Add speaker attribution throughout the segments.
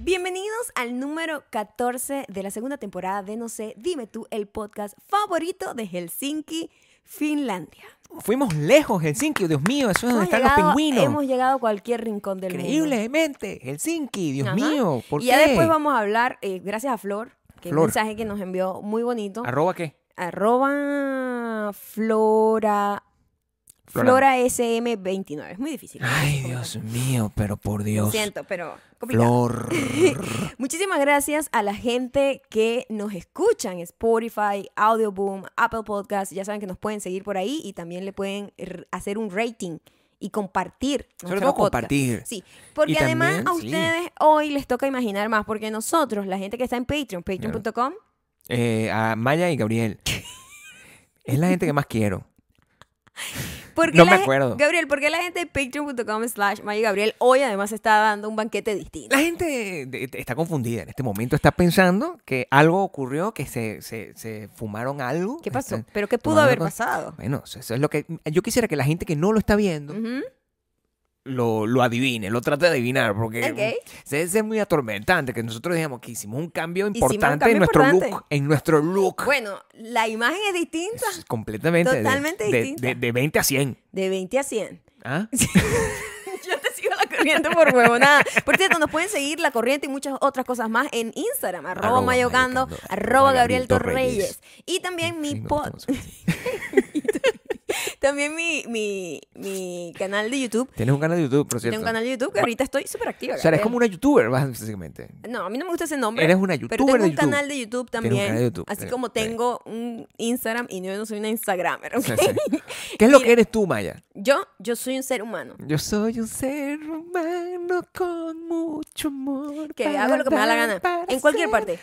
Speaker 1: Bienvenidos al número 14 de la segunda temporada de No sé, dime tú, el podcast favorito de Helsinki, Finlandia.
Speaker 2: Fuimos lejos, Helsinki, Dios mío, eso es donde
Speaker 1: Hemos
Speaker 2: Ah, están
Speaker 1: llegado-
Speaker 2: los pingüinos.
Speaker 1: Hemos llegado a cualquier rincón del mundo.
Speaker 2: Increíblemente, Helsinki, Dios
Speaker 1: Ajá.
Speaker 2: mío, ¿por
Speaker 1: y
Speaker 2: qué?
Speaker 1: ya después vamos a hablar, eh, gracias a Flor, que es un
Speaker 2: Flor.
Speaker 1: mensaje que nos envió muy bonito.
Speaker 2: ¿Arroba qué?
Speaker 1: arroba Flora. Flora
Speaker 2: Flora.
Speaker 1: SM29. Es muy difícil.
Speaker 2: Ay, Dios mío, pero por
Speaker 1: Lo
Speaker 2: Dios.
Speaker 1: siento, pero complicado.
Speaker 2: Flor.
Speaker 1: Muchísimas gracias a la gente que nos escucha en Spotify, Audioboom, Apple Podcast. Ya saben que nos pueden seguir por ahí y también le pueden r- hacer un rating y compartir.
Speaker 2: Sobre
Speaker 1: nuestro
Speaker 2: todo
Speaker 1: podcast.
Speaker 2: compartir.
Speaker 1: Sí, porque
Speaker 2: Y
Speaker 1: además
Speaker 2: también,
Speaker 1: a
Speaker 2: sí.
Speaker 1: ustedes hoy les toca imaginar más, porque nosotros, la gente que está en Patreon,
Speaker 2: Claro.
Speaker 1: patreon.com,
Speaker 2: Eh, a Maya y Gabriel. Es la gente que más quiero.
Speaker 1: ¿Por qué
Speaker 2: No
Speaker 1: la
Speaker 2: me
Speaker 1: gen-
Speaker 2: acuerdo.
Speaker 1: Gabriel, ¿por qué la gente de patreon.com slash Maya Gabriel hoy además está dando un banquete distinto?
Speaker 2: La gente de- de- está confundida en este momento, está pensando que algo ocurrió, que se, se- se fumaron algo.
Speaker 1: ¿Qué pasó?
Speaker 2: Están-
Speaker 1: ¿Pero qué pudo
Speaker 2: tomando
Speaker 1: haber
Speaker 2: con-
Speaker 1: pasado?
Speaker 2: Bueno, eso es lo que yo quisiera que la gente que no lo está viendo
Speaker 1: Ujú.
Speaker 2: lo, lo adivine, lo trate de adivinar, porque
Speaker 1: Ok.
Speaker 2: se, se es muy atormentante que nosotros digamos que hicimos un cambio
Speaker 1: Hicimos un
Speaker 2: importante
Speaker 1: cambio
Speaker 2: en nuestro
Speaker 1: importante.
Speaker 2: look, en nuestro look.
Speaker 1: Bueno, la imagen es distinta
Speaker 2: Eso es completamente de-
Speaker 1: Totalmente
Speaker 2: de,
Speaker 1: distinta.
Speaker 2: de- de 20 a 100.
Speaker 1: de 20 a 100.
Speaker 2: ¿ah?
Speaker 1: Yo te sigo la corriente por huevonada. Por cierto, nos pueden seguir la corriente y muchas otras cosas más en Instagram, arroba,
Speaker 2: Arroba
Speaker 1: mayocando,
Speaker 2: mayocando,
Speaker 1: arroba
Speaker 2: arroba
Speaker 1: Gabriel
Speaker 2: Gabriel
Speaker 1: Torreyes.
Speaker 2: Torreyes.
Speaker 1: Y también mi,
Speaker 2: Sí, no,
Speaker 1: pod-
Speaker 2: estamos bien.
Speaker 1: también mi, mi, mi canal de YouTube.
Speaker 2: Tienes un canal de YouTube, por cierto.
Speaker 1: Tengo un canal de YouTube que ahorita estoy súper activa.
Speaker 2: O sea, eres
Speaker 1: Gabriel.
Speaker 2: como una youtuber, básicamente.
Speaker 1: No, a mí no me gusta ese nombre.
Speaker 2: Eres una
Speaker 1: Pero
Speaker 2: youtuber
Speaker 1: tengo
Speaker 2: de
Speaker 1: un
Speaker 2: YouTube.
Speaker 1: canal de YouTube
Speaker 2: Tienes un
Speaker 1: también.
Speaker 2: canal de YouTube, Eh,
Speaker 1: Así
Speaker 2: sí,
Speaker 1: como
Speaker 2: sí.
Speaker 1: tengo un Instagram y yo no soy una Instagramer. ¿ok?
Speaker 2: Sí, sí. ¿Qué es lo que eres tú, Maya?
Speaker 1: Yo, yo soy un ser humano.
Speaker 2: Yo soy un ser humano con mucho amor.
Speaker 1: Que
Speaker 2: para
Speaker 1: hago lo que me da la
Speaker 2: dar,
Speaker 1: gana.
Speaker 2: para
Speaker 1: En cualquier
Speaker 2: ser
Speaker 1: parte.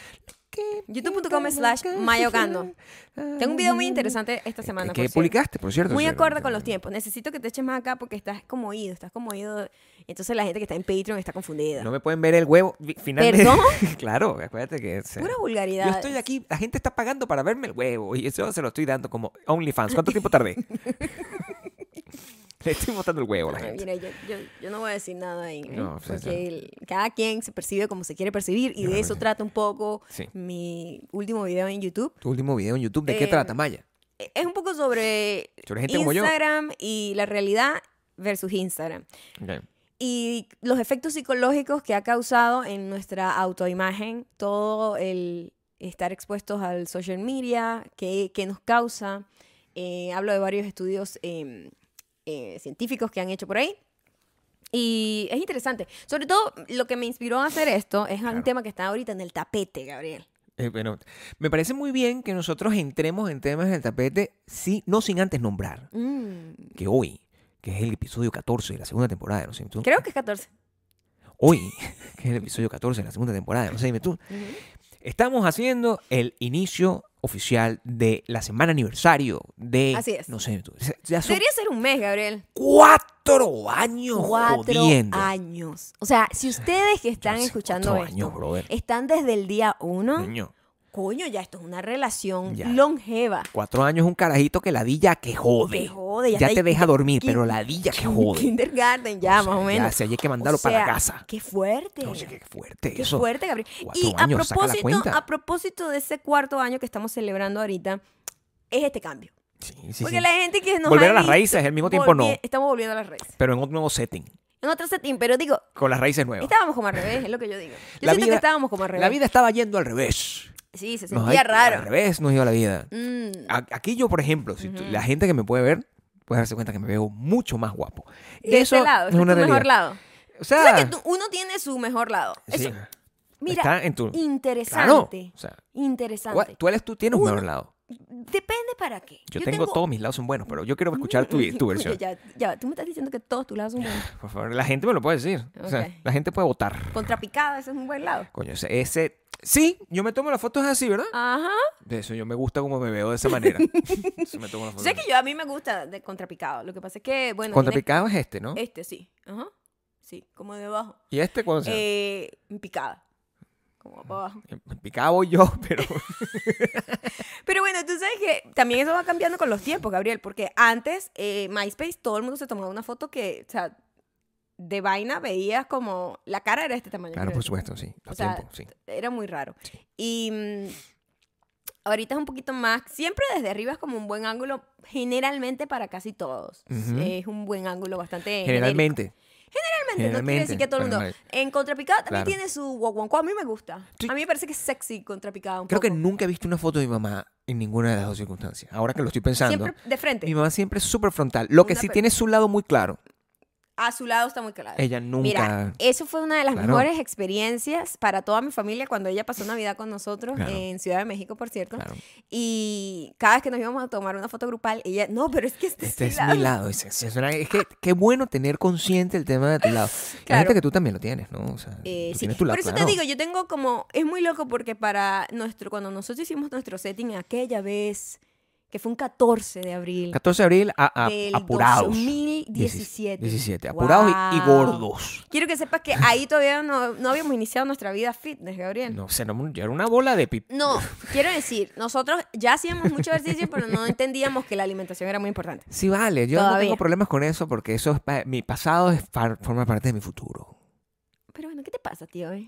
Speaker 2: que
Speaker 1: YouTube.com
Speaker 2: me
Speaker 1: slash
Speaker 2: da la
Speaker 1: mayocando.
Speaker 2: gana.
Speaker 1: Tengo un video muy interesante esta semana.
Speaker 2: Eh,
Speaker 1: por
Speaker 2: Que
Speaker 1: cierto.
Speaker 2: publicaste, por cierto.
Speaker 1: Muy
Speaker 2: sí,
Speaker 1: acorde
Speaker 2: sí.
Speaker 1: con los tiempos. Necesito que te eches más acá porque estás como ido, estás como ido. Entonces la gente que está en Patreon está confundida.
Speaker 2: No me pueden ver el huevo. vi- Finalmente.
Speaker 1: ¿Perdón?
Speaker 2: claro, acuérdate que. se-
Speaker 1: Pura
Speaker 2: Yo
Speaker 1: vulgaridad.
Speaker 2: estoy aquí, la gente está pagando para verme el huevo y eso se lo estoy dando como OnlyFans. ¿Cuánto tiempo tardé? Le estoy mostrando el huevo a la gente.
Speaker 1: Mira, yo, yo, yo no voy a decir nada ahí. ¿eh?
Speaker 2: No, sí, sí.
Speaker 1: porque el- cada quien se percibe como se quiere percibir y
Speaker 2: Yo
Speaker 1: de
Speaker 2: creo
Speaker 1: eso
Speaker 2: que sí.
Speaker 1: trata un poco
Speaker 2: Sí.
Speaker 1: mi último video en YouTube.
Speaker 2: Tu último video en YouTube, ¿de qué
Speaker 1: Eh,
Speaker 2: trata, Maya?
Speaker 1: Eh, Es un poco sobre,
Speaker 2: Sobre gente como yo.
Speaker 1: Instagram y la realidad versus Instagram.
Speaker 2: Ok.
Speaker 1: Y los efectos psicológicos que ha causado en nuestra autoimagen todo el estar expuestos al social media, que, que nos causa. Eh, hablo de varios estudios eh, eh, científicos que han hecho por ahí. Y es interesante. Sobre todo, lo que me inspiró a hacer esto es un
Speaker 2: Claro.
Speaker 1: tema que está ahorita en el tapete, Gabriel.
Speaker 2: Eh, bueno, me parece muy bien que nosotros entremos en temas del tapete, sí, no sin antes nombrar
Speaker 1: Mm,
Speaker 2: que hoy, que es el episodio 14 de la segunda temporada de No sé Dime tú,
Speaker 1: Creo que es 14.
Speaker 2: hoy, que es el episodio 14 de la segunda temporada de No sé Dime tú, estamos haciendo el inicio oficial de la semana aniversario de
Speaker 1: Así es.
Speaker 2: No sé Dime tú. Ya son
Speaker 1: Debería ser un mes, Gabriel.
Speaker 2: cuatro años
Speaker 1: cuatro
Speaker 2: jodiendo.
Speaker 1: años. O sea, si ustedes que están
Speaker 2: Hace
Speaker 1: escuchando
Speaker 2: cuatro
Speaker 1: esto Eh,
Speaker 2: años, brother.
Speaker 1: están desde el día uno,
Speaker 2: Coño,
Speaker 1: coño, ya esto es una relación
Speaker 2: Ya.
Speaker 1: longeva.
Speaker 2: cuatro años es un carajito que ladilla que jode.
Speaker 1: Que jode, ya
Speaker 2: ya
Speaker 1: está
Speaker 2: te
Speaker 1: ahí-
Speaker 2: deja dormir,
Speaker 1: ki-
Speaker 2: pero ladilla que jode.
Speaker 1: Kindergarten, ya,
Speaker 2: O sea,
Speaker 1: más o
Speaker 2: ya,
Speaker 1: menos.
Speaker 2: si hay que mandarlo
Speaker 1: O
Speaker 2: para
Speaker 1: sea,
Speaker 2: casa.
Speaker 1: Qué fuerte.
Speaker 2: No sé qué fuerte
Speaker 1: Qué
Speaker 2: eso.
Speaker 1: fuerte, Gabriel.
Speaker 2: Cuatro
Speaker 1: Y a
Speaker 2: años, saca la
Speaker 1: propósito,
Speaker 2: cuenta.
Speaker 1: a propósito de ese cuarto año que estamos celebrando ahorita, es este cambio.
Speaker 2: Sí, sí,
Speaker 1: Porque
Speaker 2: sí.
Speaker 1: la gente que nos
Speaker 2: Volver
Speaker 1: ha
Speaker 2: a las
Speaker 1: visto-
Speaker 2: raíces, al mismo tiempo no.
Speaker 1: volvi- Estamos volviendo a las raíces.
Speaker 2: Pero en un nuevo setting,
Speaker 1: En otro setting, pero digo,
Speaker 2: con las raíces nuevas.
Speaker 1: estábamos como al revés, es lo que yo digo. Yo
Speaker 2: La
Speaker 1: siento que
Speaker 2: vida-
Speaker 1: estábamos como al revés.
Speaker 2: La vida estaba yendo al revés.
Speaker 1: Sí, se
Speaker 2: Nos
Speaker 1: sentía
Speaker 2: ha-
Speaker 1: raro.
Speaker 2: Al revés nos iba la vida.
Speaker 1: Mm,
Speaker 2: A- Aquí yo, por ejemplo, si tú- la gente que me puede ver, puede darse cuenta que me veo mucho más guapo.
Speaker 1: de
Speaker 2: eso
Speaker 1: ese lado,
Speaker 2: es
Speaker 1: este es
Speaker 2: una
Speaker 1: tu mejor
Speaker 2: realidad.
Speaker 1: lado.
Speaker 2: O
Speaker 1: O
Speaker 2: sea,
Speaker 1: sea que tú- uno tiene su mejor lado.
Speaker 2: sí.
Speaker 1: Eso, mira,
Speaker 2: Está en tu- Claro,
Speaker 1: interesante.
Speaker 2: o sea,
Speaker 1: Interesante.
Speaker 2: tú eres tú tienes un
Speaker 1: Uno-
Speaker 2: mejor lado.
Speaker 1: Depende para qué.
Speaker 2: Yo, tengo, todos mis lados son buenos, pero yo quiero escuchar tu,
Speaker 1: Mm,
Speaker 2: tu
Speaker 1: oye,
Speaker 2: versión.
Speaker 1: Ya, ya, tú me estás diciendo que todos tus lados son buenos.
Speaker 2: Por favor, la gente me lo puede decir. O sea,
Speaker 1: Ok.
Speaker 2: la gente puede votar.
Speaker 1: Contrapicada, ese es un buen lado.
Speaker 2: Coño, ese, ese- Sí, yo me tomo las fotos así, ¿verdad?
Speaker 1: Ajá.
Speaker 2: De eso, yo me gusta como me veo de esa manera. Eso me tomo las
Speaker 1: O
Speaker 2: fotos.
Speaker 1: sea que yo a mí me gusta de contrapicado. Lo que pasa es que, bueno,
Speaker 2: Cuando
Speaker 1: tienes-
Speaker 2: picaba es este, ¿no?
Speaker 1: este sí. Ajá. Sí, como debajo.
Speaker 2: Y este cuando se...
Speaker 1: Eh, picada. Como para abajo.
Speaker 2: Picaba voy yo, pero...
Speaker 1: Pero bueno, tú sabes que también eso va cambiando con los tiempos, Gabriel, porque antes eh, MySpace todo el mundo se tomaba una foto que, o sea, de vaina veías como la cara era de este tamaño.
Speaker 2: Claro,
Speaker 1: creo.
Speaker 2: por supuesto, sí.
Speaker 1: O
Speaker 2: Los
Speaker 1: sea, eh,
Speaker 2: tiempos, sí.
Speaker 1: Era muy raro. Y mm, ahorita es un poquito más, siempre desde arriba es como un buen ángulo, generalmente para casi todos.
Speaker 2: Ujú.
Speaker 1: Es un buen ángulo bastante... genérico.
Speaker 2: Generalmente.
Speaker 1: Generalmente, no quiere decir que todo el mundo.
Speaker 2: Generalmente,
Speaker 1: En contrapicada también
Speaker 2: Claro.
Speaker 1: tiene su guaguancó. A mí me gusta.
Speaker 2: Sí.
Speaker 1: A mí me parece que es sexy contrapicada un
Speaker 2: Creo que
Speaker 1: poco.
Speaker 2: nunca he visto una foto de mi mamá en ninguna de las dos circunstancias. Ahora que lo estoy pensando.
Speaker 1: Siempre de frente.
Speaker 2: Mi mamá siempre es súper frontal. Lo que
Speaker 1: Una
Speaker 2: sí
Speaker 1: per-
Speaker 2: tiene es su lado muy claro.
Speaker 1: A su lado está muy claro.
Speaker 2: Ella nunca.
Speaker 1: Mira, eso fue una de las
Speaker 2: Claro.
Speaker 1: mejores experiencias para toda mi familia cuando ella pasó Navidad con nosotros
Speaker 2: Claro.
Speaker 1: en Ciudad de México, por cierto.
Speaker 2: claro.
Speaker 1: Y cada vez que nos íbamos a tomar una foto grupal, ella, no, pero es que este,
Speaker 2: Este
Speaker 1: es
Speaker 2: es mi lado. Es, es- es una- es que qué bueno tener consciente el tema de tu lado. La
Speaker 1: Claro.
Speaker 2: gente que tú también lo tienes, ¿no? O sea,
Speaker 1: Eh,
Speaker 2: tú
Speaker 1: sí.
Speaker 2: tienes tu lado,
Speaker 1: Por eso
Speaker 2: claro.
Speaker 1: te digo, yo tengo como, es muy loco porque para nuestro, cuando nosotros hicimos nuestro setting aquella vez, que fue un 14 de abril,
Speaker 2: 14 de abril, a, a-
Speaker 1: del
Speaker 2: apurados.
Speaker 1: 2017.
Speaker 2: 17, apurados y- y,
Speaker 1: Wow.
Speaker 2: gordos.
Speaker 1: Quiero que sepas que ahí todavía no, no habíamos iniciado nuestra vida fitness, Gabriel.
Speaker 2: No, sé, no, yo era una bola de pip.
Speaker 1: No, quiero decir, nosotros ya hacíamos mucho ejercicio, pero no entendíamos que la alimentación era muy importante.
Speaker 2: Sí, vale, yo no
Speaker 1: Todavía.
Speaker 2: tengo problemas con eso porque eso es pa- mi pasado es par- forma parte de mi futuro.
Speaker 1: Pero bueno, ¿qué te pasa, tío? eh?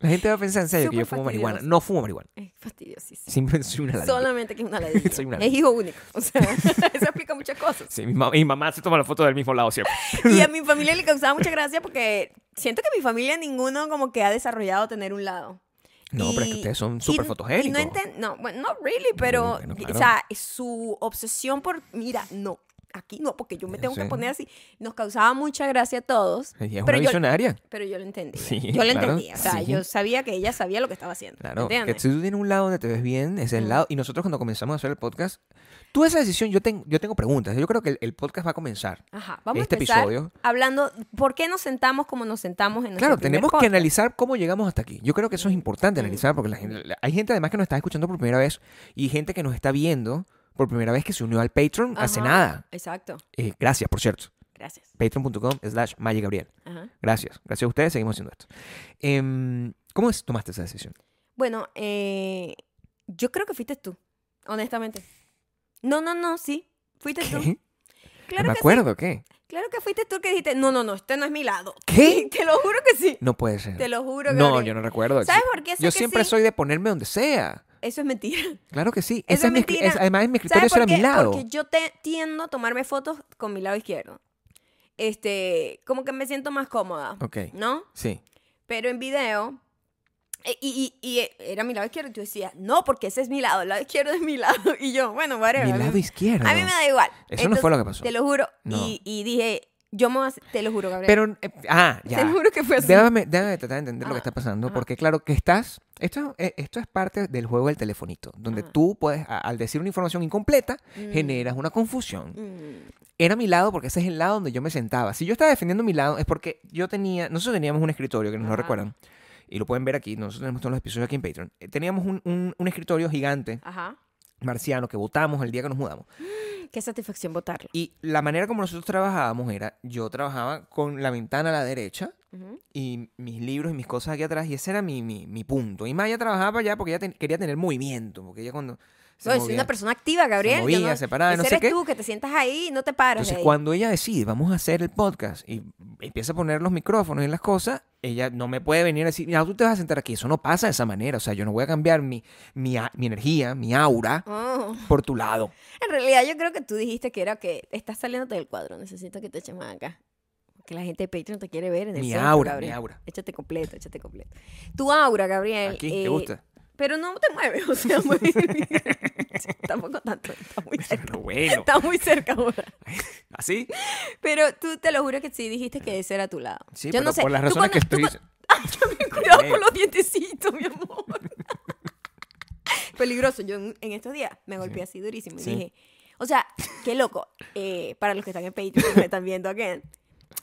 Speaker 2: La gente va a pensar en serio que
Speaker 1: Súper
Speaker 2: yo fumo marihuana.
Speaker 1: fastidioso.
Speaker 2: No fumo marihuana.
Speaker 1: Es fastidiosísimo.
Speaker 2: Siempre soy una ladilla.
Speaker 1: Solamente que es una ladilla.
Speaker 2: Soy una
Speaker 1: Es hijo único. O sea, eso explica muchas cosas.
Speaker 2: Sí, mi, ma- mi mamá se toma la foto del mismo lado siempre.
Speaker 1: Y a mi familia le causaba mucha gracia porque siento que mi familia ninguno como que ha desarrollado tener un lado.
Speaker 2: No, pero es
Speaker 1: Y-
Speaker 2: que ustedes son
Speaker 1: y-
Speaker 2: súper
Speaker 1: Y no,
Speaker 2: fotogénicos.
Speaker 1: enten- no, bueno, no really, pero
Speaker 2: Mm, bueno,
Speaker 1: y-
Speaker 2: claro.
Speaker 1: o sea, su obsesión por, mira, no, aquí no, porque yo me
Speaker 2: Ya
Speaker 1: tengo que
Speaker 2: sé.
Speaker 1: poner así, nos causaba mucha gracia a todos,
Speaker 2: Ella es
Speaker 1: pero
Speaker 2: una
Speaker 1: yo-
Speaker 2: visionaria.
Speaker 1: pero yo lo entendía.
Speaker 2: Sí,
Speaker 1: yo lo
Speaker 2: claro,
Speaker 1: entendía, o sea,
Speaker 2: sí.
Speaker 1: yo sabía que ella sabía lo que estaba haciendo.
Speaker 2: Claro, que
Speaker 1: ¿entiendes?
Speaker 2: si tú tienes un lado donde te ves bien, ese es el
Speaker 1: Mm.
Speaker 2: lado. Y nosotros cuando comenzamos a hacer el podcast, tú esa decisión, yo, ten- yo tengo preguntas. Yo creo que el, el podcast va a comenzar.
Speaker 1: Ajá, vamos
Speaker 2: este
Speaker 1: a empezar
Speaker 2: episodio.
Speaker 1: hablando por qué nos sentamos como nos sentamos en nuestro
Speaker 2: Claro,
Speaker 1: primer
Speaker 2: tenemos que
Speaker 1: podcast.
Speaker 2: analizar cómo llegamos hasta aquí. Yo creo que eso es
Speaker 1: Mm.
Speaker 2: importante analizar porque la gente- la- hay gente además que nos está escuchando por primera vez y gente que nos está viendo por primera vez que se unió al Patreon hace
Speaker 1: Ajá,
Speaker 2: nada.
Speaker 1: Exacto,
Speaker 2: Eh, gracias, por cierto.
Speaker 1: gracias.
Speaker 2: Patreon.com slash Maya Gabriel.
Speaker 1: Ajá.
Speaker 2: Gracias. Gracias a ustedes, seguimos haciendo esto. Em, ¿Cómo es- tomaste esa decisión?
Speaker 1: Bueno, eh, yo creo que fuiste tú, honestamente. No, no, no, sí, fuiste tú.
Speaker 2: ¿Qué? No
Speaker 1: Claro
Speaker 2: me
Speaker 1: que sí.
Speaker 2: acuerdo, ¿qué?
Speaker 1: Claro que fuiste tú que dijiste, no, no, no, este no es mi lado.
Speaker 2: ¿Qué?
Speaker 1: Te lo juro que sí.
Speaker 2: No puede ser.
Speaker 1: Te lo juro que
Speaker 2: No, yo no recuerdo.
Speaker 1: ¿Sabes por qué? Sé
Speaker 2: Yo
Speaker 1: que
Speaker 2: siempre
Speaker 1: sí.
Speaker 2: soy de ponerme donde sea.
Speaker 1: Eso es mentira.
Speaker 2: Claro que sí.
Speaker 1: Eso
Speaker 2: Ese
Speaker 1: es
Speaker 2: es mi, escri-
Speaker 1: mentira.
Speaker 2: es- además, mi criterio
Speaker 1: ¿Sabes
Speaker 2: eso
Speaker 1: por
Speaker 2: era
Speaker 1: qué?
Speaker 2: mi lado.
Speaker 1: Porque yo te, tiendo a tomarme fotos con mi lado izquierdo. Este, como que me siento más cómoda,
Speaker 2: Ok,
Speaker 1: ¿no?
Speaker 2: sí.
Speaker 1: Pero en video, eh, y, y- y, eh, era mi lado izquierdo, y tú decías, no, porque ese es mi lado, el lado izquierdo es mi lado. Y yo, bueno, whatever.
Speaker 2: Mi
Speaker 1: a mí-
Speaker 2: lado izquierdo.
Speaker 1: A mí me da igual.
Speaker 2: Eso no fue lo que pasó.
Speaker 1: Te lo juro.
Speaker 2: No.
Speaker 1: Y, y dije, yo me voy a hacer- te lo juro, Gabriel.
Speaker 2: Pero, eh, ah, ya.
Speaker 1: Te lo juro que fue así.
Speaker 2: Déjame, déjame tratar de entender lo que
Speaker 1: Ajá,
Speaker 2: está pasando,
Speaker 1: ajá.
Speaker 2: porque claro que estás, esto, eh, esto es parte del juego del telefonito, donde
Speaker 1: Ajá.
Speaker 2: tú puedes, a- al decir una información incompleta,
Speaker 1: Mm.
Speaker 2: generas una confusión.
Speaker 1: Mm.
Speaker 2: Era mi lado porque ese es el lado donde yo me sentaba. Si yo estaba defendiendo mi lado es porque yo tenía, nosotros teníamos un escritorio, que nos lo
Speaker 1: Ajá.
Speaker 2: recuerdan, y lo pueden ver aquí, nosotros tenemos todos los episodios aquí en Patreon. Eh, Teníamos un, un- un escritorio gigante,
Speaker 1: Ajá.
Speaker 2: marciano, que votamos el día que nos mudamos.
Speaker 1: Qué satisfacción votarlo.
Speaker 2: Y la manera como nosotros trabajábamos era, yo trabajaba con la ventana a la derecha
Speaker 1: Ujú.
Speaker 2: y mis libros y mis cosas aquí atrás, y ese era mi, mi, mi punto. Y Maya trabajaba para allá porque ella ten- quería tener movimiento, porque ella cuando... se
Speaker 1: Oye, soy
Speaker 2: movía-
Speaker 1: una persona activa, Gabriel. yo
Speaker 2: movía,
Speaker 1: no-
Speaker 2: se paraba,
Speaker 1: ese
Speaker 2: no sé
Speaker 1: eres
Speaker 2: qué.
Speaker 1: tú que te sientas ahí y no te paras.
Speaker 2: Entonces
Speaker 1: de ahí.
Speaker 2: cuando ella decide, vamos a hacer el podcast y empieza a poner los micrófonos y las cosas, ella no me puede venir a decir, no, tú te vas a sentar aquí, eso no pasa de esa manera, o sea, yo no voy a cambiar mi, mi, a- mi energía, mi aura
Speaker 1: Oh.
Speaker 2: por tu lado.
Speaker 1: En realidad, yo creo que tú dijiste que era que estás saliéndote del cuadro. Necesito que te eches más acá. Porque la gente de Patreon te quiere ver en el
Speaker 2: Mi
Speaker 1: centro,
Speaker 2: aura,
Speaker 1: Gabriel.
Speaker 2: mi aura.
Speaker 1: Échate completo, échate completo. Tu aura, Gabriel.
Speaker 2: Aquí, ¿te
Speaker 1: eh,
Speaker 2: gusta?
Speaker 1: Pero no te mueves, o sea, muy- tampoco tanto. Está muy cerca.
Speaker 2: Pero bueno,
Speaker 1: eh, Está muy cerca ahora.
Speaker 2: ¿así?
Speaker 1: Pero tú te lo juro que sí dijiste que ese era tu lado.
Speaker 2: Sí,
Speaker 1: yo
Speaker 2: pero
Speaker 1: no sé.
Speaker 2: por las
Speaker 1: tú
Speaker 2: razones que
Speaker 1: cuando-
Speaker 2: estoy...
Speaker 1: tú
Speaker 2: diciendo.
Speaker 1: Cuidado
Speaker 2: Ey.
Speaker 1: con los dientecitos, mi amor. Peligroso. Yo en, en estos días me golpeé así durísimo y
Speaker 2: Sí.
Speaker 1: dije, o sea, qué loco. Eh, para los que están en Patreon, me están viendo again.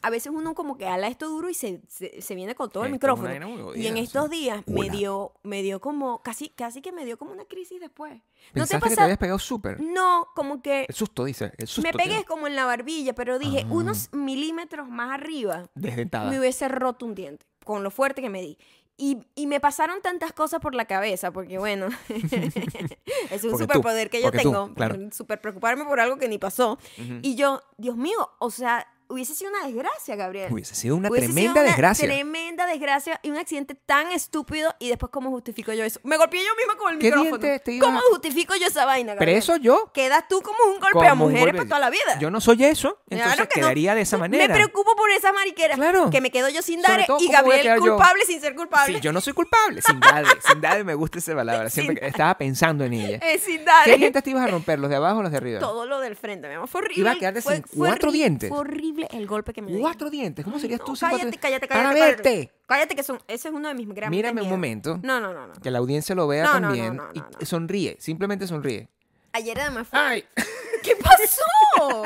Speaker 1: A veces uno como que ala esto duro y se, se- se viene con todo el
Speaker 2: Esto es una
Speaker 1: micrófono.
Speaker 2: vaina muy
Speaker 1: Y en
Speaker 2: jodida,
Speaker 1: estos
Speaker 2: sí.
Speaker 1: días me
Speaker 2: Hola.
Speaker 1: dio, me dio como, casi, casi que me dio como una crisis después. ¿No te
Speaker 2: Pensaste
Speaker 1: ha
Speaker 2: que te
Speaker 1: pasado?
Speaker 2: habías pegado súper.
Speaker 1: No, como que
Speaker 2: El susto, dice. El susto.
Speaker 1: me
Speaker 2: te
Speaker 1: pegué
Speaker 2: dio.
Speaker 1: como en la barbilla, pero dije,
Speaker 2: Ah.
Speaker 1: unos milímetros más arriba
Speaker 2: Desdentada.
Speaker 1: me hubiese roto un diente con lo fuerte que me di. Y, y me pasaron tantas cosas por la cabeza, porque bueno, es un
Speaker 2: Porque tú,
Speaker 1: superpoder que yo
Speaker 2: porque tú,
Speaker 1: tengo,
Speaker 2: claro. Mm.
Speaker 1: super preocuparme por algo que ni pasó.
Speaker 2: Ujú.
Speaker 1: Y yo, Dios mío, o sea, hubiese sido una desgracia, Gabriel.
Speaker 2: Hubiese sido una
Speaker 1: Hubiese sido
Speaker 2: tremenda
Speaker 1: una
Speaker 2: desgracia.
Speaker 1: Tremenda desgracia y un accidente tan estúpido. Y después, ¿cómo justifico yo eso? Me golpeé yo misma con el
Speaker 2: ¿Qué
Speaker 1: micrófono.
Speaker 2: dientes te iba
Speaker 1: ¿Cómo
Speaker 2: a-
Speaker 1: justifico yo esa vaina, Gabriel?
Speaker 2: ¿Preso yo?
Speaker 1: Quedas tú como un golpe a
Speaker 2: como un
Speaker 1: mujeres
Speaker 2: golpe-
Speaker 1: para toda la vida.
Speaker 2: Yo no soy eso,
Speaker 1: Claro
Speaker 2: entonces
Speaker 1: que no.
Speaker 2: quedaría de esa manera.
Speaker 1: Me preocupo por esas mariqueras.
Speaker 2: Claro.
Speaker 1: Que me quedo yo sin
Speaker 2: Sobre
Speaker 1: dar
Speaker 2: todo,
Speaker 1: y
Speaker 2: ¿cómo voy a
Speaker 1: Gabriel
Speaker 2: quedar yo?
Speaker 1: culpable sin ser culpable.
Speaker 2: Sí, yo no soy culpable. Sin dade, sin dade me gusta esa palabra. Siempre
Speaker 1: Sin
Speaker 2: que- estaba pensando en ella.
Speaker 1: Eh, sin dar.
Speaker 2: ¿Qué dientes te ibas a romper? ¿Los de abajo o los de arriba?
Speaker 1: Todo lo del frente, mi amor. Fue horrible.
Speaker 2: Iba a quedarte
Speaker 1: Fue-
Speaker 2: sin
Speaker 1: fue
Speaker 2: cuatro
Speaker 1: horri-
Speaker 2: dientes.
Speaker 1: Fue horrible el golpe que me dio.
Speaker 2: Cuatro dientes. ¿Cómo serías
Speaker 1: No,
Speaker 2: tú sin
Speaker 1: cállate,
Speaker 2: cuatro
Speaker 1: cállate, cállate,
Speaker 2: Para
Speaker 1: cállate.
Speaker 2: verte.
Speaker 1: Cállate, que son, ese es uno de mis grandes
Speaker 2: Mírame un
Speaker 1: miedos.
Speaker 2: momento.
Speaker 1: No, no, no, no.
Speaker 2: Que la audiencia lo vea
Speaker 1: No, no, no,
Speaker 2: también.
Speaker 1: no,
Speaker 2: y
Speaker 1: no, Oh. no.
Speaker 2: sonríe. Simplemente sonríe.
Speaker 1: Ayer además fue...
Speaker 2: ¡Ay!
Speaker 1: ¿Qué pasó?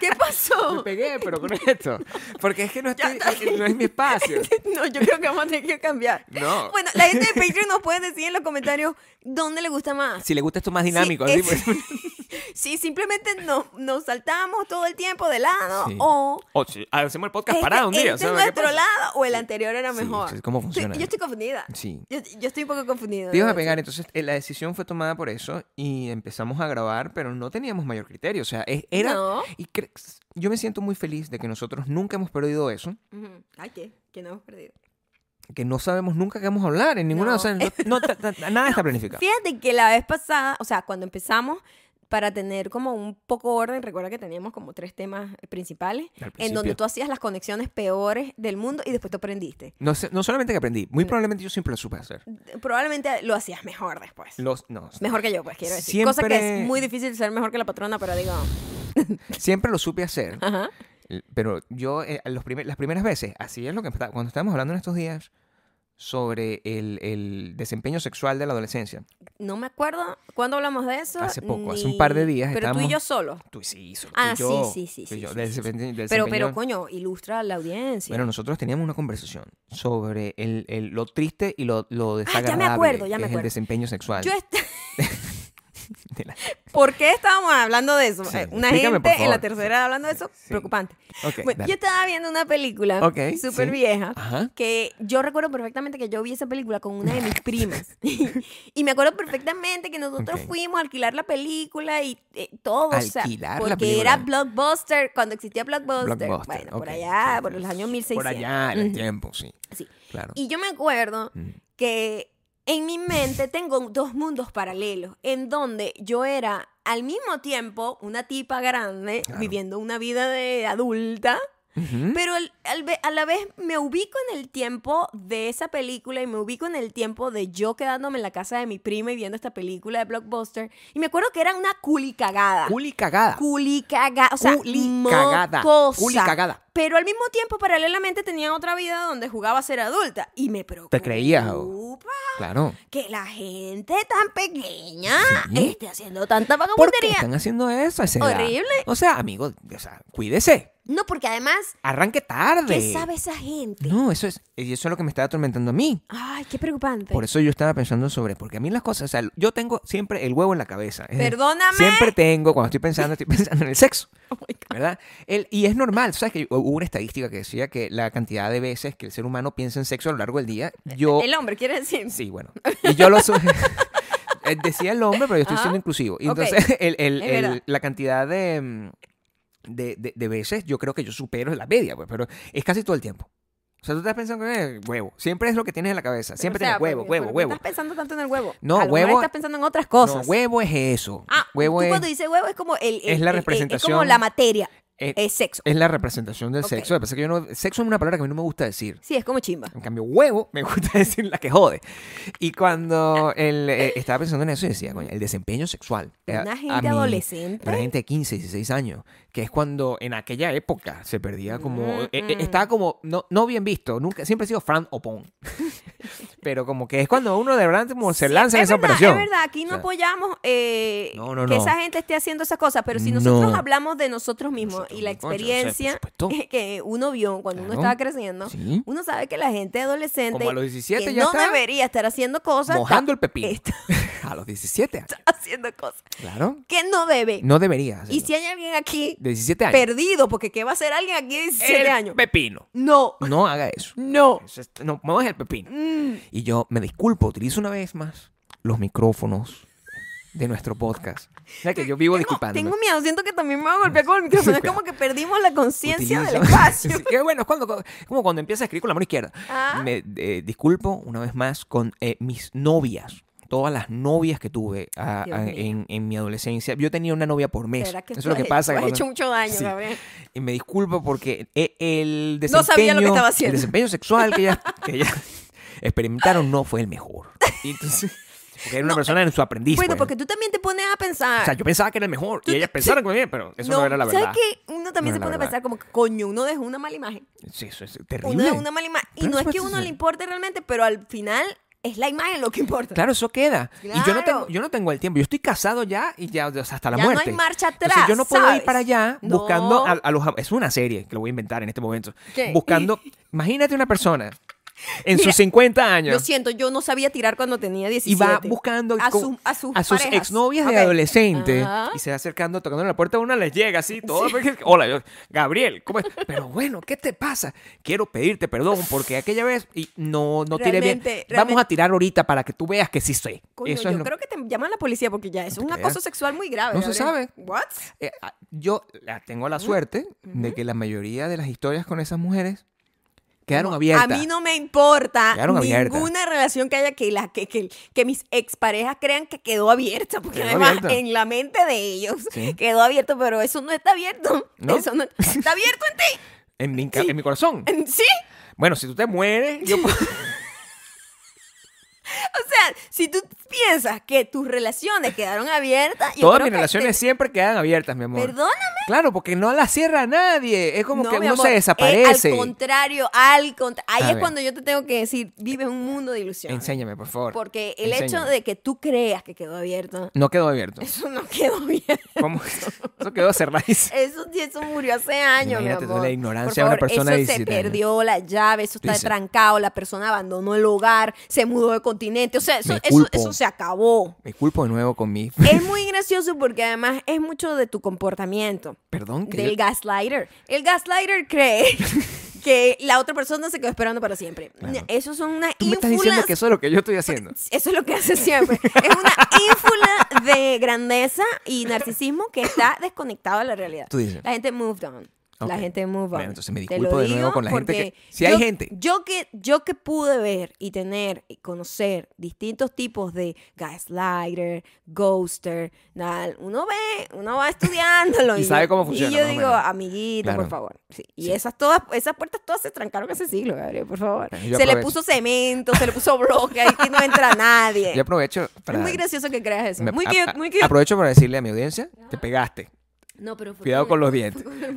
Speaker 1: ¿Qué
Speaker 2: Me
Speaker 1: pasó?
Speaker 2: pegué, pero con esto. Porque es que no,
Speaker 1: Ya
Speaker 2: estoy,
Speaker 1: está
Speaker 2: eh, no es mi espacio.
Speaker 1: No, yo creo que vamos a tener que cambiar.
Speaker 2: No.
Speaker 1: Bueno, la gente de Patreon nos puede decir en los comentarios dónde le gusta más.
Speaker 2: Si le gusta esto más dinámico.
Speaker 1: Sí,
Speaker 2: así,
Speaker 1: es-
Speaker 2: pues.
Speaker 1: Si simplemente no, nos saltamos todo el tiempo de lado
Speaker 2: Oh, Sí.
Speaker 1: o...
Speaker 2: O si hacemos el podcast
Speaker 1: este-
Speaker 2: parado un
Speaker 1: este
Speaker 2: día.
Speaker 1: es
Speaker 2: ¿sabes qué
Speaker 1: nuestro
Speaker 2: pasa?
Speaker 1: lado o el anterior era
Speaker 2: Sí,
Speaker 1: mejor.
Speaker 2: sí, ¿cómo
Speaker 1: Estoy-
Speaker 2: funciona?
Speaker 1: yo estoy confundida.
Speaker 2: Sí.
Speaker 1: Yo, yo estoy un poco confundida.
Speaker 2: Te ibas
Speaker 1: debo
Speaker 2: a
Speaker 1: decir.
Speaker 2: pegar, entonces eh, la decisión fue tomada por eso y empezamos a grabar, pero no teníamos mayor criterio. O sea, es- era.
Speaker 1: No.
Speaker 2: Y cre- yo me siento muy feliz de que nosotros nunca hemos perdido eso,
Speaker 1: Ujú. Ay, ¿qué? Que no hemos perdido.
Speaker 2: que no sabemos nunca qué vamos a hablar en ninguna.
Speaker 1: No.
Speaker 2: O sea, no- no- ta- ta- ta- nada está planificado.
Speaker 1: Fíjate que la vez pasada, o sea, cuando empezamos para tener como un poco orden, recuerda que teníamos como tres temas principales,
Speaker 2: Al
Speaker 1: en
Speaker 2: principio.
Speaker 1: donde tú hacías las conexiones peores del mundo y después te aprendiste.
Speaker 2: No, sé- no solamente que aprendí, muy probablemente yo siempre lo supe hacer.
Speaker 1: Probablemente lo hacías mejor después.
Speaker 2: Los, no,
Speaker 1: Mejor que yo, pues quiero decir. Cosa que
Speaker 2: Siempre-
Speaker 1: es muy difícil ser mejor que la patrona, pero digo,
Speaker 2: siempre lo supe hacer,
Speaker 1: ajá.
Speaker 2: l- pero yo eh, los primer- las primeras veces, así es lo que está- cuando estábamos hablando en estos días sobre el, el desempeño sexual de la adolescencia.
Speaker 1: No me acuerdo cuándo hablamos de eso.
Speaker 2: Hace poco, hace un par de días
Speaker 1: Pero tú y
Speaker 2: estábamos-
Speaker 1: yo solos.
Speaker 2: Tú sí, solo
Speaker 1: Ah,
Speaker 2: tú y yo,
Speaker 1: sí, sí, sí,
Speaker 2: tú y
Speaker 1: sí,
Speaker 2: yo,
Speaker 1: sí,
Speaker 2: del
Speaker 1: sí, sí.
Speaker 2: desempeño- del
Speaker 1: Pero,
Speaker 2: desempeño-
Speaker 1: pero coño, ilustra a la audiencia.
Speaker 2: Bueno, nosotros teníamos una conversación sobre el, el- lo triste y lo,
Speaker 1: Ah, ya
Speaker 2: lo
Speaker 1: me
Speaker 2: desagradable
Speaker 1: acuerdo, ya
Speaker 2: que
Speaker 1: me
Speaker 2: es
Speaker 1: acuerdo.
Speaker 2: el desempeño sexual.
Speaker 1: Yo est-
Speaker 2: De la-
Speaker 1: ¿Por qué estábamos hablando de eso?
Speaker 2: Sí,
Speaker 1: Eh, Una
Speaker 2: explícame, por
Speaker 1: gente en la
Speaker 2: favor.
Speaker 1: tercera hablando de eso,
Speaker 2: Sí.
Speaker 1: preocupante.
Speaker 2: Ok,
Speaker 1: Bueno,
Speaker 2: dale.
Speaker 1: yo estaba viendo una película
Speaker 2: Ok,
Speaker 1: súper
Speaker 2: sí.
Speaker 1: vieja
Speaker 2: Ajá.
Speaker 1: que yo recuerdo perfectamente que yo vi esa película con una de mis primas. y me acuerdo perfectamente que nosotros
Speaker 2: Ok.
Speaker 1: fuimos a alquilar la película y eh, todo. o sea,
Speaker 2: Alquilar la
Speaker 1: porque
Speaker 2: película.
Speaker 1: era Blockbuster, cuando existía Blockbuster.
Speaker 2: Blockbuster,
Speaker 1: bueno, por
Speaker 2: ok,
Speaker 1: allá,
Speaker 2: sí,
Speaker 1: por
Speaker 2: sí,
Speaker 1: los
Speaker 2: sí.
Speaker 1: años 1600.
Speaker 2: Por allá, en el
Speaker 1: Ujú,
Speaker 2: tiempo, sí.
Speaker 1: sí.
Speaker 2: Claro.
Speaker 1: Y yo me acuerdo
Speaker 2: Mm.
Speaker 1: que en mi mente tengo dos mundos paralelos, en donde yo era al mismo tiempo una tipa grande
Speaker 2: Claro.
Speaker 1: viviendo una vida de adulta,
Speaker 2: Ujú.
Speaker 1: pero al- al ve- a la vez me ubico en el tiempo de esa película y me ubico en el tiempo de yo quedándome en la casa de mi prima y viendo esta película de Blockbuster. Y me acuerdo que era una culicagada.
Speaker 2: Culi cagada.
Speaker 1: Culicagada, o sea,
Speaker 2: Culicagada.
Speaker 1: mocosa.
Speaker 2: Culicagada.
Speaker 1: Pero al mismo tiempo, paralelamente, tenía otra vida donde jugaba a ser adulta. Y me preocupa
Speaker 2: ¿Te creías, oh. o? Claro.
Speaker 1: que la gente tan pequeña
Speaker 2: Sí.
Speaker 1: esté haciendo tanta
Speaker 2: ¿Por qué
Speaker 1: vagabundería.
Speaker 2: están haciendo eso? a esa edad?
Speaker 1: Horrible.
Speaker 2: O sea, amigo, o sea, cuídese.
Speaker 1: No, porque además,
Speaker 2: Arranque tarde.
Speaker 1: ¿qué sabe esa gente?
Speaker 2: No, eso es, y eso es lo que me está atormentando a mí.
Speaker 1: Ay, qué preocupante.
Speaker 2: Por eso yo estaba pensando sobre, porque a mí las cosas, o sea, yo tengo siempre el huevo en la cabeza. Es decir,
Speaker 1: Perdóname.
Speaker 2: Siempre tengo, cuando estoy pensando, estoy pensando en el sexo,
Speaker 1: Oh my God.
Speaker 2: ¿verdad? El- y es normal, ¿sabes? Que hubo una estadística que decía que la cantidad de veces que el ser humano piensa en sexo a lo largo del día, yo...
Speaker 1: El hombre, quiere decir.
Speaker 2: Sí, bueno. Y yo lo... su- Eh, decía el hombre, pero yo estoy
Speaker 1: Ajá.
Speaker 2: siendo inclusivo. Y
Speaker 1: Ok.
Speaker 2: entonces, el- el-
Speaker 1: Es
Speaker 2: el-
Speaker 1: verdad.
Speaker 2: la cantidad de, mm, de, de- de veces, yo creo que yo supero la media, pues, pero es casi todo el tiempo. O sea, tú estás pensando en el huevo. Siempre es lo que tienes en la cabeza. Siempre
Speaker 1: Pero, o sea,
Speaker 2: tienes huevo,
Speaker 1: porque-
Speaker 2: huevo,
Speaker 1: porque
Speaker 2: huevo.
Speaker 1: Estás pensando tanto en el huevo.
Speaker 2: No,
Speaker 1: A lo mejor
Speaker 2: huevo-
Speaker 1: Estás pensando en otras cosas.
Speaker 2: No, huevo es eso.
Speaker 1: Ah,
Speaker 2: huevo
Speaker 1: tú
Speaker 2: es,
Speaker 1: cuando dices huevo es como el, el-
Speaker 2: es la
Speaker 1: el- el- Es como
Speaker 2: representación- e
Speaker 1: la materia,
Speaker 2: es,
Speaker 1: es sexo.
Speaker 2: eh, es la representación del
Speaker 1: Ok.
Speaker 2: sexo. Lo que pasa es que yo no- sexo es una palabra que a mí no me gusta decir.
Speaker 1: Sí, es como chimba.
Speaker 2: En cambio, huevo me gusta decir la que jode. Y cuando el, eh, estaba pensando en eso, decía, coño, el desempeño sexual. Eh,
Speaker 1: Una
Speaker 2: a
Speaker 1: gente
Speaker 2: mí-
Speaker 1: adolescente.
Speaker 2: Una gente de 15, 16 años, que es cuando en aquella época se perdía como...
Speaker 1: Mm,
Speaker 2: eh, eh,
Speaker 1: mm.
Speaker 2: estaba como no, no bien visto, nunca, siempre he sido Fran o Pon. Pero como que es cuando uno de verdad como se
Speaker 1: Sí,
Speaker 2: lanza en
Speaker 1: es
Speaker 2: esa
Speaker 1: verdad,
Speaker 2: operación.
Speaker 1: Es verdad, aquí no
Speaker 2: O sea,
Speaker 1: apoyamos eh,
Speaker 2: No, no,
Speaker 1: que
Speaker 2: no.
Speaker 1: esa gente esté haciendo esas cosas, pero si nosotros
Speaker 2: No.
Speaker 1: hablamos de nosotros mismos
Speaker 2: Nosotros
Speaker 1: y la
Speaker 2: mismos, coño, o sea, por
Speaker 1: experiencia
Speaker 2: supuesto.
Speaker 1: que uno vio cuando uno
Speaker 2: Claro.
Speaker 1: estaba creciendo,
Speaker 2: Sí.
Speaker 1: uno sabe que la gente adolescente
Speaker 2: Como a los 17
Speaker 1: que
Speaker 2: ya
Speaker 1: no
Speaker 2: está
Speaker 1: debería estar haciendo cosas,
Speaker 2: Mojando
Speaker 1: está-
Speaker 2: el pepino.
Speaker 1: está
Speaker 2: A los 17 años.
Speaker 1: haciendo cosas
Speaker 2: Claro.
Speaker 1: que no debe.
Speaker 2: No debería hacerlo.
Speaker 1: y si hay alguien aquí
Speaker 2: 17 años.
Speaker 1: perdido, porque ¿qué va a hacer alguien aquí de 17
Speaker 2: el
Speaker 1: años?
Speaker 2: pepino.
Speaker 1: No,
Speaker 2: No haga eso.
Speaker 1: no.
Speaker 2: Eso es- No muevas el pepino.
Speaker 1: Mm,
Speaker 2: Y yo me disculpo, utilizo una vez más los micrófonos de nuestro podcast. O sea que yo vivo
Speaker 1: Tengo,
Speaker 2: disculpando.
Speaker 1: Mm, tengo miedo, siento que también me voy a golpear con el micrófono. Es como que perdimos la conciencia del
Speaker 2: Utilizo-
Speaker 1: espacio.
Speaker 2: Sí, que bueno, es cuando, es como cuando empiezas a escribir con la mano izquierda.
Speaker 1: Ah.
Speaker 2: Me eh, disculpo una vez más con eh, mis novias. Todas las novias que tuve a-
Speaker 1: Dios
Speaker 2: a-
Speaker 1: mío.
Speaker 2: en, en mi adolescencia. Yo tenía una novia por mes.
Speaker 1: ¿Será que
Speaker 2: Pues, Eso es lo
Speaker 1: tú
Speaker 2: que
Speaker 1: has-
Speaker 2: pasa.
Speaker 1: tú
Speaker 2: que
Speaker 1: has
Speaker 2: cuando-
Speaker 1: hecho muchos daños,
Speaker 2: Sí.
Speaker 1: Gabriel.
Speaker 2: Y me disculpo porque e- el desempeño,
Speaker 1: No sabía lo que estaba haciendo.
Speaker 2: El desempeño sexual que ellas, que ellas experimentaron no fue el mejor. Y entonces, porque era una persona en su aprendiz.
Speaker 1: Bueno,
Speaker 2: pues.
Speaker 1: porque tú también te pones a pensar.
Speaker 2: O sea, yo pensaba que era el mejor.
Speaker 1: Tú-
Speaker 2: Y ellas
Speaker 1: sí.
Speaker 2: pensaron que era bien, pero eso no, era la verdad.
Speaker 1: ¿Sabes qué? Uno también se
Speaker 2: No era la
Speaker 1: pone a
Speaker 2: verdad.
Speaker 1: pensar como, que, coño, uno dejó una mala imagen.
Speaker 2: Sí, eso es
Speaker 1: Uno
Speaker 2: terrible. pues,
Speaker 1: dejó una mala imagen. Y
Speaker 2: Pero
Speaker 1: no es
Speaker 2: eso
Speaker 1: que a
Speaker 2: es-
Speaker 1: uno le importe realmente, pero al final es la imagen lo que importa.
Speaker 2: Claro, eso queda. Y yo no,
Speaker 1: Claro.
Speaker 2: tengo, yo no tengo el tiempo. Yo estoy casado ya y ya o sea, hasta la
Speaker 1: Ya no hay
Speaker 2: muerte.
Speaker 1: marcha
Speaker 2: Entonces,
Speaker 1: atrás,
Speaker 2: yo no puedo
Speaker 1: ¿sabes?
Speaker 2: ir para allá
Speaker 1: No.
Speaker 2: buscando a, a los... Es una serie que lo voy a inventar en este momento.
Speaker 1: ¿Qué?
Speaker 2: Buscando... imagínate una persona en
Speaker 1: Mira,
Speaker 2: sus 50 años.
Speaker 1: Lo siento, yo no sabía tirar cuando tenía 17.
Speaker 2: y va buscando
Speaker 1: a,
Speaker 2: con-
Speaker 1: sus- a sus,
Speaker 2: a sus
Speaker 1: parejas.
Speaker 2: exnovias de
Speaker 1: Ok.
Speaker 2: adolescente
Speaker 1: Ajá.
Speaker 2: y se va acercando, tocando en la puerta, una les llega así, todo. porque- Hola, yo, Gabriel, ¿cómo es? Pero bueno, ¿qué te pasa? Quiero pedirte perdón porque aquella vez y no, no tiré bien.
Speaker 1: Realmente,
Speaker 2: Vamos
Speaker 1: realmente-
Speaker 2: a tirar ahorita para que tú veas que sí sé.
Speaker 1: Coño,
Speaker 2: Eso
Speaker 1: yo
Speaker 2: es lo-
Speaker 1: creo que te llaman la policía porque ya eso es un
Speaker 2: creas.
Speaker 1: acoso sexual muy grave.
Speaker 2: No se
Speaker 1: Gabriel.
Speaker 2: sabe.
Speaker 1: What?
Speaker 2: Eh, ah, yo la- tengo la suerte de que la mayoría de las historias con esas mujeres quedaron
Speaker 1: A
Speaker 2: abiertas.
Speaker 1: mí no me importa
Speaker 2: Quedaron abiertas.
Speaker 1: ninguna relación que haya que, la, que, que, que mis exparejas crean que quedó abierta, porque
Speaker 2: Quedó
Speaker 1: además
Speaker 2: abierta.
Speaker 1: en la mente de ellos
Speaker 2: Sí.
Speaker 1: quedó abierto, pero eso no está abierto.
Speaker 2: ¿No?
Speaker 1: Eso no está abierto en ti.
Speaker 2: En, mi, ca- en mi corazón.
Speaker 1: En- Sí.
Speaker 2: Bueno, si tú te mueres, yo puedo-
Speaker 1: O sea, si tú piensas que tus relaciones quedaron abiertas. yo
Speaker 2: todas
Speaker 1: creo
Speaker 2: mis
Speaker 1: que
Speaker 2: relaciones siempre quedan abiertas, mi
Speaker 1: te-
Speaker 2: amor.
Speaker 1: Perdóname.
Speaker 2: Claro, porque no la cierra nadie. Es como
Speaker 1: No,
Speaker 2: que
Speaker 1: mi
Speaker 2: uno
Speaker 1: amor,
Speaker 2: se
Speaker 1: eh,
Speaker 2: desaparece.
Speaker 1: al contrario, al contrario. Ahí
Speaker 2: A
Speaker 1: es
Speaker 2: ver.
Speaker 1: cuando yo te tengo que decir, vive un mundo de ilusiones.
Speaker 2: Enséñame, por favor.
Speaker 1: Porque el hecho
Speaker 2: Enséñame.
Speaker 1: de que tú creas que quedó abierto,
Speaker 2: No quedó abierto.
Speaker 1: eso no quedó bien.
Speaker 2: ¿Cómo? Eso quedó cerradísimo.
Speaker 1: Eso, sí, eso murió hace años. mi
Speaker 2: Imagínate tú
Speaker 1: amor.
Speaker 2: la
Speaker 1: Por
Speaker 2: ignorancia de una
Speaker 1: favor,
Speaker 2: persona de
Speaker 1: Eso se
Speaker 2: 17 años.
Speaker 1: perdió la llave, eso está
Speaker 2: dices.
Speaker 1: trancado, la persona abandonó el hogar, se mudó de continente. O sea, eso,
Speaker 2: Me
Speaker 1: eso,
Speaker 2: culpo.
Speaker 1: eso se acabó.
Speaker 2: Me culpo de nuevo con mi...
Speaker 1: Es muy gracioso porque además es mucho de tu comportamiento.
Speaker 2: Perdón, que
Speaker 1: Del
Speaker 2: yo-
Speaker 1: gaslighter. El gaslighter cree que la otra persona se quedó esperando para siempre.
Speaker 2: Claro.
Speaker 1: Eso son una
Speaker 2: Tú me estás diciendo que eso es lo que yo estoy haciendo.
Speaker 1: eso es lo que hace siempre. Es una ínfula de grandeza y narcisismo que está desconectado de la realidad.
Speaker 2: Tú dices.
Speaker 1: La gente moved on. La
Speaker 2: Ok.
Speaker 1: gente moved on.
Speaker 2: Bueno, entonces me
Speaker 1: Te
Speaker 2: disculpo
Speaker 1: lo
Speaker 2: de nuevo
Speaker 1: digo
Speaker 2: con la gente que-
Speaker 1: porque
Speaker 2: si hay
Speaker 1: yo-
Speaker 2: gente.
Speaker 1: Yo que, yo que pude ver y tener y conocer distintos tipos de gaslighter, ghoster, nada, uno ve, uno va estudiándolo.
Speaker 2: Y sabe cómo
Speaker 1: Y
Speaker 2: funciona,
Speaker 1: yo
Speaker 2: más o
Speaker 1: digo,
Speaker 2: menos.
Speaker 1: amiguito, por
Speaker 2: Claro.
Speaker 1: favor. Sí. Y esas todas, esas puertas todas se trancaron hace siglo, Gabriel, por favor.
Speaker 2: Bueno,
Speaker 1: se
Speaker 2: yo
Speaker 1: le
Speaker 2: aprovecho.
Speaker 1: puso cemento, se le puso bloque, ahí que no entra nadie.
Speaker 2: Yo aprovecho para...
Speaker 1: Es muy gracioso que creas eso.
Speaker 2: me-
Speaker 1: muy
Speaker 2: a-
Speaker 1: cute,
Speaker 2: a-
Speaker 1: muy cute.
Speaker 2: Aprovecho para decirle a mi audiencia, te pegaste.
Speaker 1: No, pero fue
Speaker 2: Cuidado
Speaker 1: el-
Speaker 2: con los dientes.
Speaker 1: fue con el-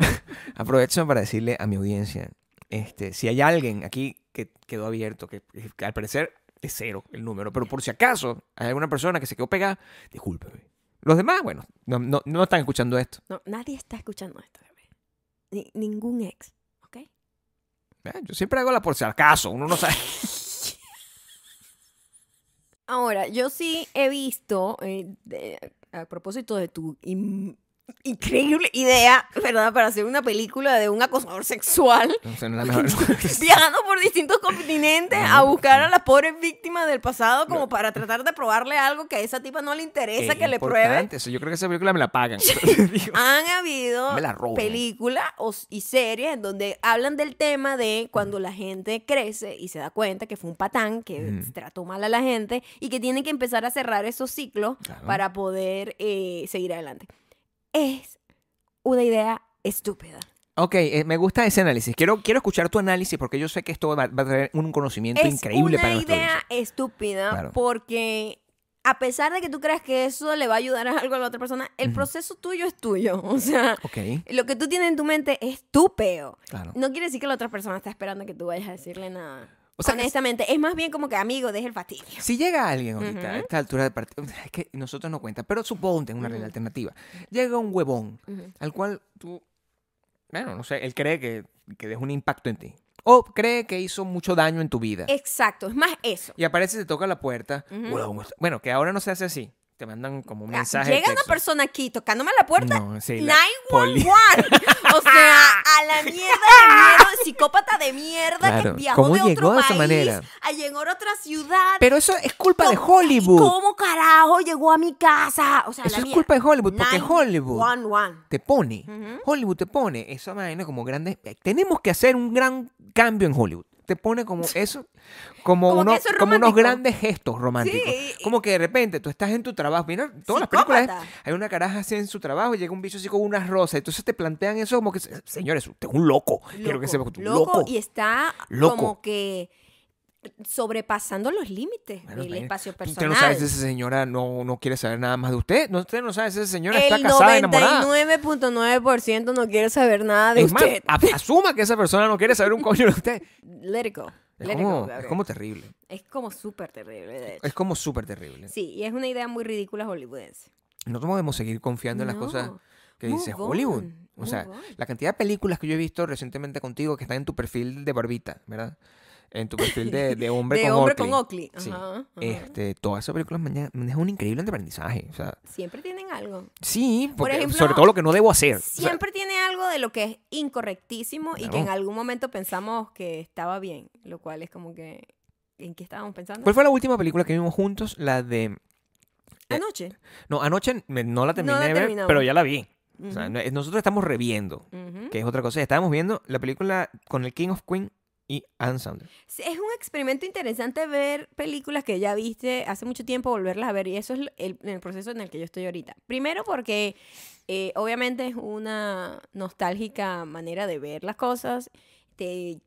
Speaker 2: Aprovecho para decirle a mi audiencia, este, si hay alguien aquí que quedó abierto, que, que al parecer es cero el número, pero por si acaso hay alguna persona que se quedó pegada, discúlpeme. Los demás, bueno, no, no- no están escuchando esto.
Speaker 1: No, nadie está escuchando esto, Gabriel. Ni- ningún ex, ¿ok?
Speaker 2: Ah, Yo siempre hago la por si acaso, uno no sabe.
Speaker 1: Ahora, yo sí he visto, eh, de- a propósito de tu in- increíble idea, ¿verdad? Para hacer una película de un acosador sexual.
Speaker 2: No sé, no es la mejor-
Speaker 1: Viajando por distintos continentes
Speaker 2: No,
Speaker 1: a
Speaker 2: no,
Speaker 1: buscar
Speaker 2: sí.
Speaker 1: a las pobres víctimas del pasado como para tratar de probarle algo que a esa tipa no le interesa
Speaker 2: Qué
Speaker 1: que le pruebe.
Speaker 2: Eh, importante eso. Yo creo que esa película me la pagan. Digo,
Speaker 1: Han habido
Speaker 2: Me la roban.
Speaker 1: películas o- y series en donde hablan del tema de cuando la gente crece y se da cuenta que fue un patán que
Speaker 2: Ujú.
Speaker 1: trató mal a la gente y que tienen que empezar a cerrar esos ciclos
Speaker 2: Claro.
Speaker 1: para poder eh, seguir adelante. Es una idea estúpida.
Speaker 2: ok, eh, me gusta ese análisis. Quiero, quiero escuchar tu análisis porque yo sé que esto va, va a traer un conocimiento
Speaker 1: es
Speaker 2: increíble
Speaker 1: una
Speaker 2: para nuestra
Speaker 1: idea
Speaker 2: audiencia.
Speaker 1: estúpida
Speaker 2: Claro.
Speaker 1: porque a pesar de que tú creas que eso le va a ayudar a algo a la otra persona, el
Speaker 2: Ujú.
Speaker 1: proceso tuyo es tuyo. O sea,
Speaker 2: Ok,
Speaker 1: lo que tú tienes en tu mente es tu peo.
Speaker 2: claro.
Speaker 1: No quiere decir que la otra persona está esperando que tú vayas a decirle nada.
Speaker 2: O sea,
Speaker 1: Honestamente, es más bien como que amigo, deja el fastidio.
Speaker 2: Si llega alguien ahorita a
Speaker 1: Ujú.
Speaker 2: esta altura de partido, es que nosotros no cuenta, pero suponte en una realidad alternativa. Llega un huevón
Speaker 1: Ujú.
Speaker 2: al cual tú, bueno, no sé, él cree que, que dejó un impacto en ti. O cree que hizo mucho daño en tu vida.
Speaker 1: Exacto, es más eso.
Speaker 2: y aparece y te toca la puerta.
Speaker 1: Eh. Ujú.
Speaker 2: "Hola, ¿cómo estás?". Bueno, que ahora no se hace así. Te mandan como un
Speaker 1: Ah,
Speaker 2: mensaje. de
Speaker 1: Llega una
Speaker 2: texto.
Speaker 1: persona aquí tocándome la puerta.
Speaker 2: No, sí, la
Speaker 1: 911.
Speaker 2: poli-
Speaker 1: O sea, a la mierda de miedo, psicópata de mierda
Speaker 2: Claro,
Speaker 1: que viajó
Speaker 2: ¿cómo
Speaker 1: de otro
Speaker 2: llegó de esa
Speaker 1: país
Speaker 2: manera?
Speaker 1: a llegar a otra ciudad.
Speaker 2: Pero eso es culpa de
Speaker 1: ¿Cómo-
Speaker 2: Hollywood.
Speaker 1: ¿Cómo carajo llegó a mi casa? O sea,
Speaker 2: Eso
Speaker 1: la
Speaker 2: es
Speaker 1: mierda.
Speaker 2: culpa de Hollywood, porque
Speaker 1: Nine
Speaker 2: Hollywood
Speaker 1: One, one.
Speaker 2: te pone, Hollywood te pone esa vaina como grandes. Tenemos que hacer un gran cambio en Hollywood. Te pone como eso, como,
Speaker 1: Como que
Speaker 2: unos,
Speaker 1: eso es
Speaker 2: como unos
Speaker 1: romántico.
Speaker 2: grandes gestos románticos.
Speaker 1: Sí, y-
Speaker 2: Como que de repente tú estás en tu trabajo. Mira, todas las películas
Speaker 1: Psicópata.
Speaker 2: hay una caraja así en su trabajo, llega un bicho así con unas rosas. Entonces te plantean eso como que, señores, usted es un loco. Quiero que sepa que tú un
Speaker 1: loco,
Speaker 2: loco.
Speaker 1: y está
Speaker 2: Loco.
Speaker 1: como que sobrepasando los límites
Speaker 2: Bueno,
Speaker 1: del
Speaker 2: imagínate,
Speaker 1: espacio
Speaker 2: Usted
Speaker 1: personal.
Speaker 2: no sabe si esa señora no, no quiere saber nada más de usted. No, usted no sabe si esa señora está
Speaker 1: el
Speaker 2: casada, enamorada.
Speaker 1: 99.9% no quiere saber nada de
Speaker 2: Es más,
Speaker 1: usted.
Speaker 2: a- asuma que esa persona no quiere saber un coño de usted.
Speaker 1: Let it go.
Speaker 2: Es
Speaker 1: Let it
Speaker 2: como,
Speaker 1: go,
Speaker 2: es
Speaker 1: Gabriel.
Speaker 2: como terrible.
Speaker 1: Es como súper terrible, de hecho.
Speaker 2: Es como súper terrible.
Speaker 1: Sí, y es una idea muy ridícula hollywoodense.
Speaker 2: No podemos seguir confiando en las cosas
Speaker 1: No.
Speaker 2: que
Speaker 1: Move
Speaker 2: dice
Speaker 1: on,
Speaker 2: Hollywood. O
Speaker 1: move
Speaker 2: sea,
Speaker 1: on.
Speaker 2: la cantidad de películas que yo he visto recientemente contigo que están en tu perfil de barbita, ¿verdad? En tu perfil de, de hombre
Speaker 1: De
Speaker 2: con
Speaker 1: hombre
Speaker 2: Oakley.
Speaker 1: con Oakley.
Speaker 2: Sí.
Speaker 1: Ajá, ajá.
Speaker 2: Este, todas esas películas maña- manejan un increíble aprendizaje. O sea,
Speaker 1: Siempre tienen algo.
Speaker 2: sí,
Speaker 1: Por
Speaker 2: porque-
Speaker 1: ejemplo,
Speaker 2: sobre todo lo que no debo hacer. O sea,
Speaker 1: Siempre tiene algo de lo que es incorrectísimo y que en
Speaker 2: Claro.
Speaker 1: algún momento pensamos que estaba bien, lo cual es como que... ¿En qué estábamos pensando?
Speaker 2: ¿Cuál fue la última película que vimos juntos? La de... eh,
Speaker 1: Anoche.
Speaker 2: No, anoche me- no la terminé
Speaker 1: la
Speaker 2: de ver,
Speaker 1: terminamos.
Speaker 2: pero ya la vi. O sea, no- eh, nosotros estamos reviendo.
Speaker 1: Ujú.
Speaker 2: que es otra cosa. Estábamos viendo la película con el King of Queen y Adam Sandler.
Speaker 1: Sí, Es un experimento interesante ver películas que ya viste hace mucho tiempo, volverlas a ver. Y eso es el, el proceso en el que yo estoy ahorita. Primero porque eh, obviamente es una nostálgica manera de ver las cosas. Te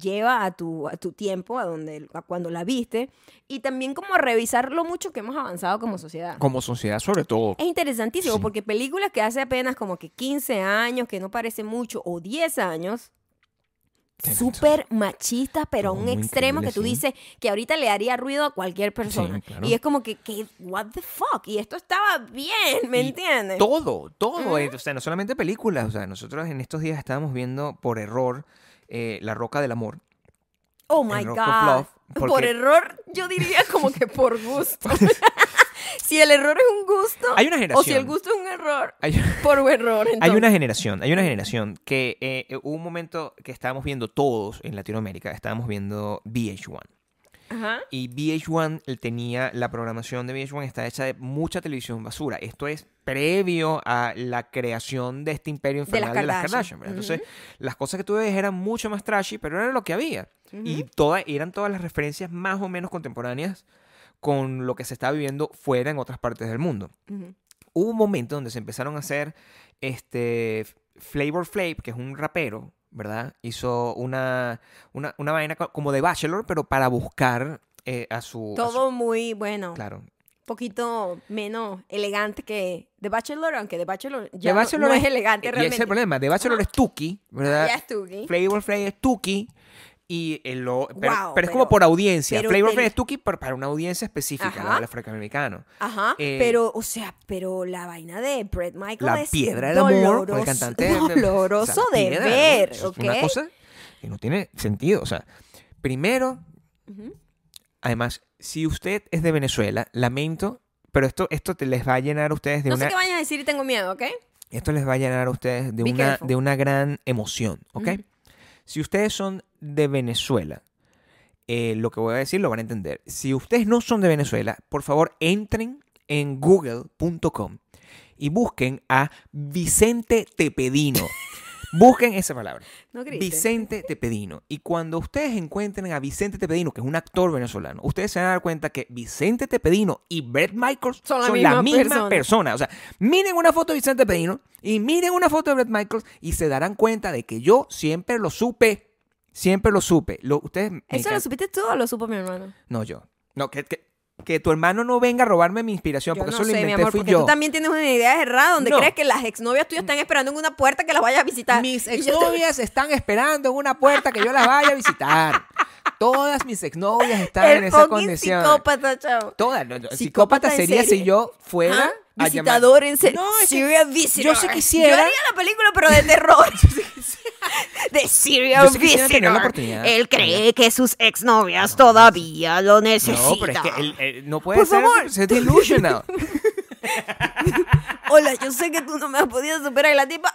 Speaker 1: lleva a tu, a tu tiempo, a, donde, a cuando la viste. Y también como a revisar lo mucho que hemos avanzado como sociedad.
Speaker 2: Como sociedad, sobre todo.
Speaker 1: Es interesantísimo
Speaker 2: Sí.
Speaker 1: porque películas que hace apenas como que 15 años, que no parece mucho, o 10 años,
Speaker 2: Tienes razón.
Speaker 1: súper machistas, pero a un
Speaker 2: Muy
Speaker 1: extremo que
Speaker 2: increíble,
Speaker 1: tú
Speaker 2: sí.
Speaker 1: dices que ahorita le haría ruido a cualquier persona.
Speaker 2: claro.
Speaker 1: Y es como que, que, what the fuck? Y esto estaba bien, ¿me
Speaker 2: Y
Speaker 1: entiendes?
Speaker 2: Todo, todo. eh, O sea, no solamente películas. O sea, nosotros en estos días estábamos viendo por error eh, La Roca del Amor.
Speaker 1: Oh my
Speaker 2: en Rock of
Speaker 1: God.
Speaker 2: Love, porque-
Speaker 1: Por error, yo diría como que por gusto. si el error es un gusto,
Speaker 2: Hay una
Speaker 1: Ah, o si
Speaker 2: generación.
Speaker 1: el gusto es un error,
Speaker 2: Hay-
Speaker 1: por error.
Speaker 2: Hay
Speaker 1: entonces.
Speaker 2: una generación, hay una generación que eh, eh, hubo un momento que estábamos viendo todos en Latinoamérica, estábamos viendo VH1.
Speaker 1: Ajá.
Speaker 2: Y VH1 él tenía, la programación de VH1 está hecha de mucha televisión basura. Esto es previo a la creación de este imperio
Speaker 1: De las
Speaker 2: infernal de las Kardashian.
Speaker 1: Kardashian,
Speaker 2: ¿verdad? Entonces, las cosas que tú ves eran mucho más trashy, pero era lo que había. Y toda, eran todas las referencias más o menos contemporáneas con lo que se está viviendo fuera en otras partes del mundo
Speaker 1: Ujú.
Speaker 2: hubo un momento donde se empezaron a hacer este Flavor Flav, que es un rapero, ¿verdad? Hizo una, una, una vaina co- como de Bachelor, pero para buscar eh, a su... a su-
Speaker 1: Todo muy bueno.
Speaker 2: claro.
Speaker 1: poquito menos elegante que The Bachelor, aunque The Bachelor ya no-
Speaker 2: The Bachelor
Speaker 1: no es elegante
Speaker 2: y ese
Speaker 1: realmente. Ah,
Speaker 2: es el problema. De Bachelor es Tuki, ¿verdad?
Speaker 1: Ya es Tuki.
Speaker 2: Flavor Flav es Tuki. Y el lo- pero,
Speaker 1: Guau,
Speaker 2: pero es como
Speaker 1: pero-
Speaker 2: por audiencia.
Speaker 1: pero
Speaker 2: Flavor
Speaker 1: te-
Speaker 2: Flav es Tuki pero para una audiencia específica, la
Speaker 1: Ajá.
Speaker 2: del afroamericano.
Speaker 1: Ajá,
Speaker 2: Eh,
Speaker 1: pero, o sea, pero la vaina de Brett Michael
Speaker 2: la
Speaker 1: es
Speaker 2: piedra del amor
Speaker 1: doloroso,
Speaker 2: o el cantante
Speaker 1: doloroso
Speaker 2: o sea, la
Speaker 1: de
Speaker 2: piedra del amor,
Speaker 1: ver,
Speaker 2: eso
Speaker 1: ¿ok?
Speaker 2: es una cosa que no tiene sentido o sea primero
Speaker 1: Ujú.
Speaker 2: además si usted es de Venezuela lamento pero esto esto te les va a llenar a ustedes de
Speaker 1: no
Speaker 2: una
Speaker 1: sé qué vayas a decir y tengo miedo, ¿ok?
Speaker 2: esto les va a llenar a ustedes de
Speaker 1: Be
Speaker 2: una
Speaker 1: careful.
Speaker 2: de una gran emoción ¿ok?
Speaker 1: Ujú.
Speaker 2: si ustedes son de Venezuela eh, lo que voy a decir lo van a entender si ustedes no son de Venezuela por favor entren en google.com y busquen a Vicente Tepedino busquen esa palabra
Speaker 1: No grites.
Speaker 2: Vicente Tepedino. Y cuando ustedes encuentren a Vicente Tepedino, que es un actor venezolano, ustedes se van a dar cuenta que Vicente Tepedino y Brett Michaels son la misma, persona. O sea, miren una foto de Vicente Tepedino y miren una foto de Brett Michaels y se darán cuenta de que yo siempre lo supe. Siempre lo supe. Lo, ustedes me
Speaker 1: ¿Eso lo
Speaker 2: encan-
Speaker 1: supiste tú o lo supo mi hermano?
Speaker 2: No, yo. No, que, que, que tu hermano no venga a robarme mi inspiración,
Speaker 1: Yo
Speaker 2: porque
Speaker 1: no
Speaker 2: eso lo
Speaker 1: sé, mi
Speaker 2: inventé
Speaker 1: amor,
Speaker 2: fui
Speaker 1: porque
Speaker 2: yo.
Speaker 1: tú también tienes una idea errada donde
Speaker 2: No.
Speaker 1: crees que las exnovias tuyas están esperando en una puerta que las vayas a visitar.
Speaker 2: Mis
Speaker 1: Y yo te-
Speaker 2: exnovias están esperando en una puerta que yo las vaya a visitar. Todas mis exnovias están en
Speaker 1: El
Speaker 2: esa
Speaker 1: fucking
Speaker 2: condición.
Speaker 1: psicópata, chavo.
Speaker 2: Todas. no, no,
Speaker 1: Psicópata
Speaker 2: Psicópata
Speaker 1: en
Speaker 2: sería
Speaker 1: serie.
Speaker 2: si yo fuera
Speaker 1: ¿Ah?
Speaker 2: a llamar-
Speaker 1: Visitador en serio.
Speaker 2: No, es que
Speaker 1: serial visitor.
Speaker 2: yo sí quisiera-
Speaker 1: Yo haría la película, pero de terror. de serial
Speaker 2: Yo sí quisiera
Speaker 1: visitor.
Speaker 2: tener la oportunidad.
Speaker 3: Él cree que sus exnovias todavía lo necesitan.
Speaker 2: No, pero es que él, él no puede
Speaker 1: Por
Speaker 2: ser.
Speaker 1: favor.
Speaker 2: Es delusional.
Speaker 1: Hola, yo sé que tú no me has podido superar. Y la tipa. ¡ah!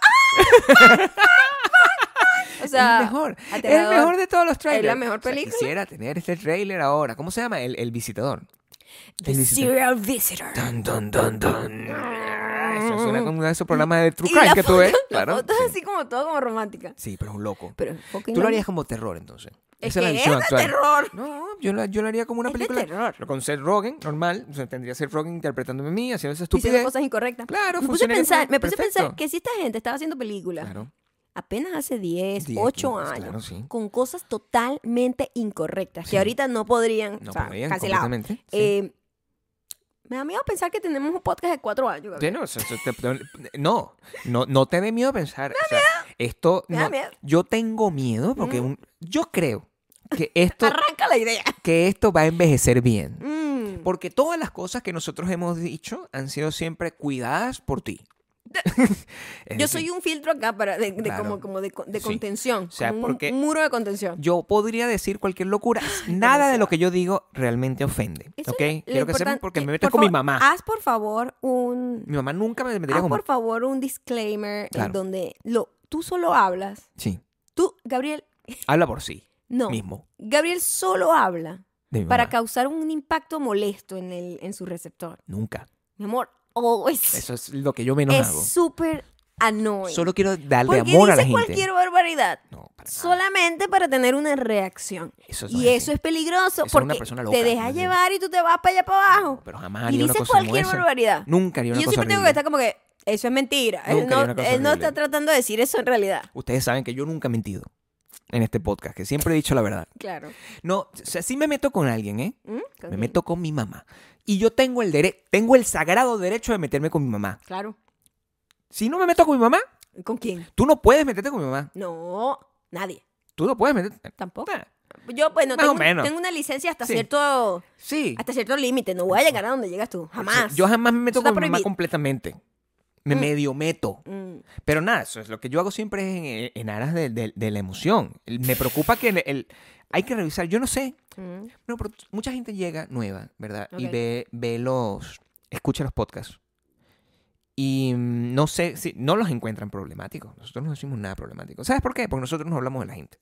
Speaker 1: sea,
Speaker 2: es el mejor. Es el
Speaker 1: aterrador.
Speaker 2: mejor de todos los trailers.
Speaker 1: la mejor
Speaker 2: O sea,
Speaker 1: película.
Speaker 2: quisiera tener este trailer ahora. ¿Cómo se llama? El, el visitador.
Speaker 1: The
Speaker 2: El visitador.
Speaker 1: Serial Visitor.
Speaker 2: Dun, dun, dun, dun. Eso suena como uno de esos programas de True
Speaker 1: Y la
Speaker 2: Crime que tú
Speaker 1: foto-
Speaker 2: ves.
Speaker 1: La
Speaker 2: Claro.
Speaker 1: foto es
Speaker 2: Sí.
Speaker 1: así como todo como romántica.
Speaker 2: Sí, pero es un loco.
Speaker 1: Pero fucking
Speaker 2: Tú lo
Speaker 1: no.
Speaker 2: harías como terror, entonces.
Speaker 1: Es
Speaker 2: Esa
Speaker 1: que
Speaker 2: la visión
Speaker 1: es de
Speaker 2: actual.
Speaker 1: terror.
Speaker 2: No, yo lo, yo lo haría como una
Speaker 1: Es de
Speaker 2: película.
Speaker 1: terror.
Speaker 2: Con Seth Rogen, normal. O sea, tendría Seth Rogen interpretándome a mí, haciendo esa
Speaker 1: Diciendo
Speaker 2: estupidez.
Speaker 1: cosas incorrectas.
Speaker 2: Claro,
Speaker 1: me puse a
Speaker 2: funcionaría
Speaker 1: pensar,
Speaker 2: como-
Speaker 1: me puse a pensar
Speaker 2: perfecto.
Speaker 1: que si esta gente estaba haciendo películas
Speaker 2: Claro.
Speaker 1: apenas hace 10,
Speaker 2: Diez,
Speaker 1: 8
Speaker 2: quince,
Speaker 1: años,
Speaker 2: claro, sí.
Speaker 1: con cosas totalmente incorrectas,
Speaker 2: Sí.
Speaker 1: que ahorita no podrían,
Speaker 2: No
Speaker 1: o sea,
Speaker 2: podían
Speaker 1: cancelado.
Speaker 2: completamente. sí.
Speaker 1: Eh, me da miedo pensar que tenemos un podcast de 4 años. Gabriel.
Speaker 2: Sí, no, o sea, eso te- no, no, no te dé miedo pensar. o sea, esto,
Speaker 1: Me da
Speaker 2: no-
Speaker 1: miedo. Mm.
Speaker 2: yo tengo miedo porque un- yo creo que esto,
Speaker 1: Arranca la idea.
Speaker 2: que esto va a envejecer bien.
Speaker 1: Mm.
Speaker 2: Porque todas las cosas que nosotros hemos dicho han sido siempre cuidadas por ti. Es
Speaker 1: Yo
Speaker 2: decir,
Speaker 1: soy un filtro acá para de, de
Speaker 2: Claro.
Speaker 1: como, como de, co- de
Speaker 2: Sí.
Speaker 1: contención.
Speaker 2: O sea,
Speaker 1: como un
Speaker 2: porque-
Speaker 1: muro de contención.
Speaker 2: yo podría decir cualquier locura. Nada de lo que yo digo realmente ofende.
Speaker 1: Eso
Speaker 2: ¿Ok?
Speaker 1: es lo
Speaker 2: Quiero que sepan
Speaker 1: importante.
Speaker 2: porque me
Speaker 1: Eh,
Speaker 2: meto
Speaker 1: por
Speaker 2: con mi
Speaker 1: favor,
Speaker 2: mamá.
Speaker 1: Haz por favor un
Speaker 2: Mi mamá nunca me metería
Speaker 1: haz
Speaker 2: con.
Speaker 1: por favor un disclaimer en
Speaker 2: Claro.
Speaker 1: donde lo tú solo hablas.
Speaker 2: Sí.
Speaker 1: Tú, Gabriel,
Speaker 2: Habla por sí
Speaker 1: no.
Speaker 2: mismo.
Speaker 1: Gabriel solo habla
Speaker 2: de mi
Speaker 1: para
Speaker 2: mamá.
Speaker 1: causar un impacto molesto en el en su receptor.
Speaker 2: Nunca.
Speaker 1: Mi amor, always
Speaker 2: Eso es lo que yo menos
Speaker 1: es
Speaker 2: hago.
Speaker 1: súper annoying.
Speaker 2: Solo quiero darle
Speaker 1: porque
Speaker 2: amor a la
Speaker 1: dice
Speaker 2: gente.
Speaker 1: cualquier barbaridad.
Speaker 2: No, para nada.
Speaker 1: Solamente para tener una reacción.
Speaker 2: Eso no
Speaker 1: y
Speaker 2: así.
Speaker 1: eso es peligroso
Speaker 2: Esa es una
Speaker 1: porque
Speaker 2: persona loca,
Speaker 1: te dejas
Speaker 2: ¿no?
Speaker 1: llevar y tú te vas para allá para abajo.
Speaker 2: Pero jamás
Speaker 1: y
Speaker 2: haría una
Speaker 1: dices
Speaker 2: cosa como
Speaker 1: cualquier
Speaker 2: esa.
Speaker 1: barbaridad.
Speaker 2: Nunca haría
Speaker 1: Y
Speaker 2: una
Speaker 1: yo
Speaker 2: cosa
Speaker 1: siempre tengo que
Speaker 2: horrible.
Speaker 1: estar como que eso es mentira.
Speaker 2: Nunca
Speaker 1: él
Speaker 2: haría
Speaker 1: no,
Speaker 2: una cosa
Speaker 1: él no
Speaker 2: horrible.
Speaker 1: está tratando de decir eso en realidad.
Speaker 2: Ustedes saben que yo nunca he mentido en este podcast, que siempre he dicho la verdad.
Speaker 1: Claro.
Speaker 2: No, o sea, sí me meto con alguien, ¿eh?
Speaker 1: ¿Mm?
Speaker 2: Me meto con mi mamá. Y yo tengo el derecho, tengo el sagrado derecho de meterme con mi mamá.
Speaker 1: Claro.
Speaker 2: Si no me meto con mi mamá,
Speaker 1: ¿Con quién?
Speaker 2: tú no puedes meterte con mi mamá.
Speaker 1: No, nadie.
Speaker 2: Tú no puedes meterte.
Speaker 1: Tampoco.
Speaker 2: Nah.
Speaker 1: Yo, bueno,
Speaker 2: Más
Speaker 1: tengo,
Speaker 2: o menos.
Speaker 1: tengo una licencia hasta
Speaker 2: Sí.
Speaker 1: cierto
Speaker 2: Sí.
Speaker 1: hasta cierto límite. No voy a llegar a donde llegas tú. Jamás.
Speaker 2: Yo jamás me meto
Speaker 1: Eso está
Speaker 2: con mi mamá
Speaker 1: prohibido.
Speaker 2: completamente. Me
Speaker 1: Mm.
Speaker 2: medio meto.
Speaker 1: Mm,
Speaker 2: Pero nada, eso es lo que yo hago siempre es en, en aras de, de- de la emoción. El- Me preocupa que el, el- hay que revisar. Yo no sé.
Speaker 1: mm.
Speaker 2: No, pero t- mucha gente llega nueva, ¿verdad? Y
Speaker 1: Ok.
Speaker 2: ve, ve los. Escucha los podcasts. Y mm, no sé si. No los encuentran problemáticos. Nosotros no decimos nada problemático. ¿Sabes por qué? Porque nosotros no hablamos de la gente,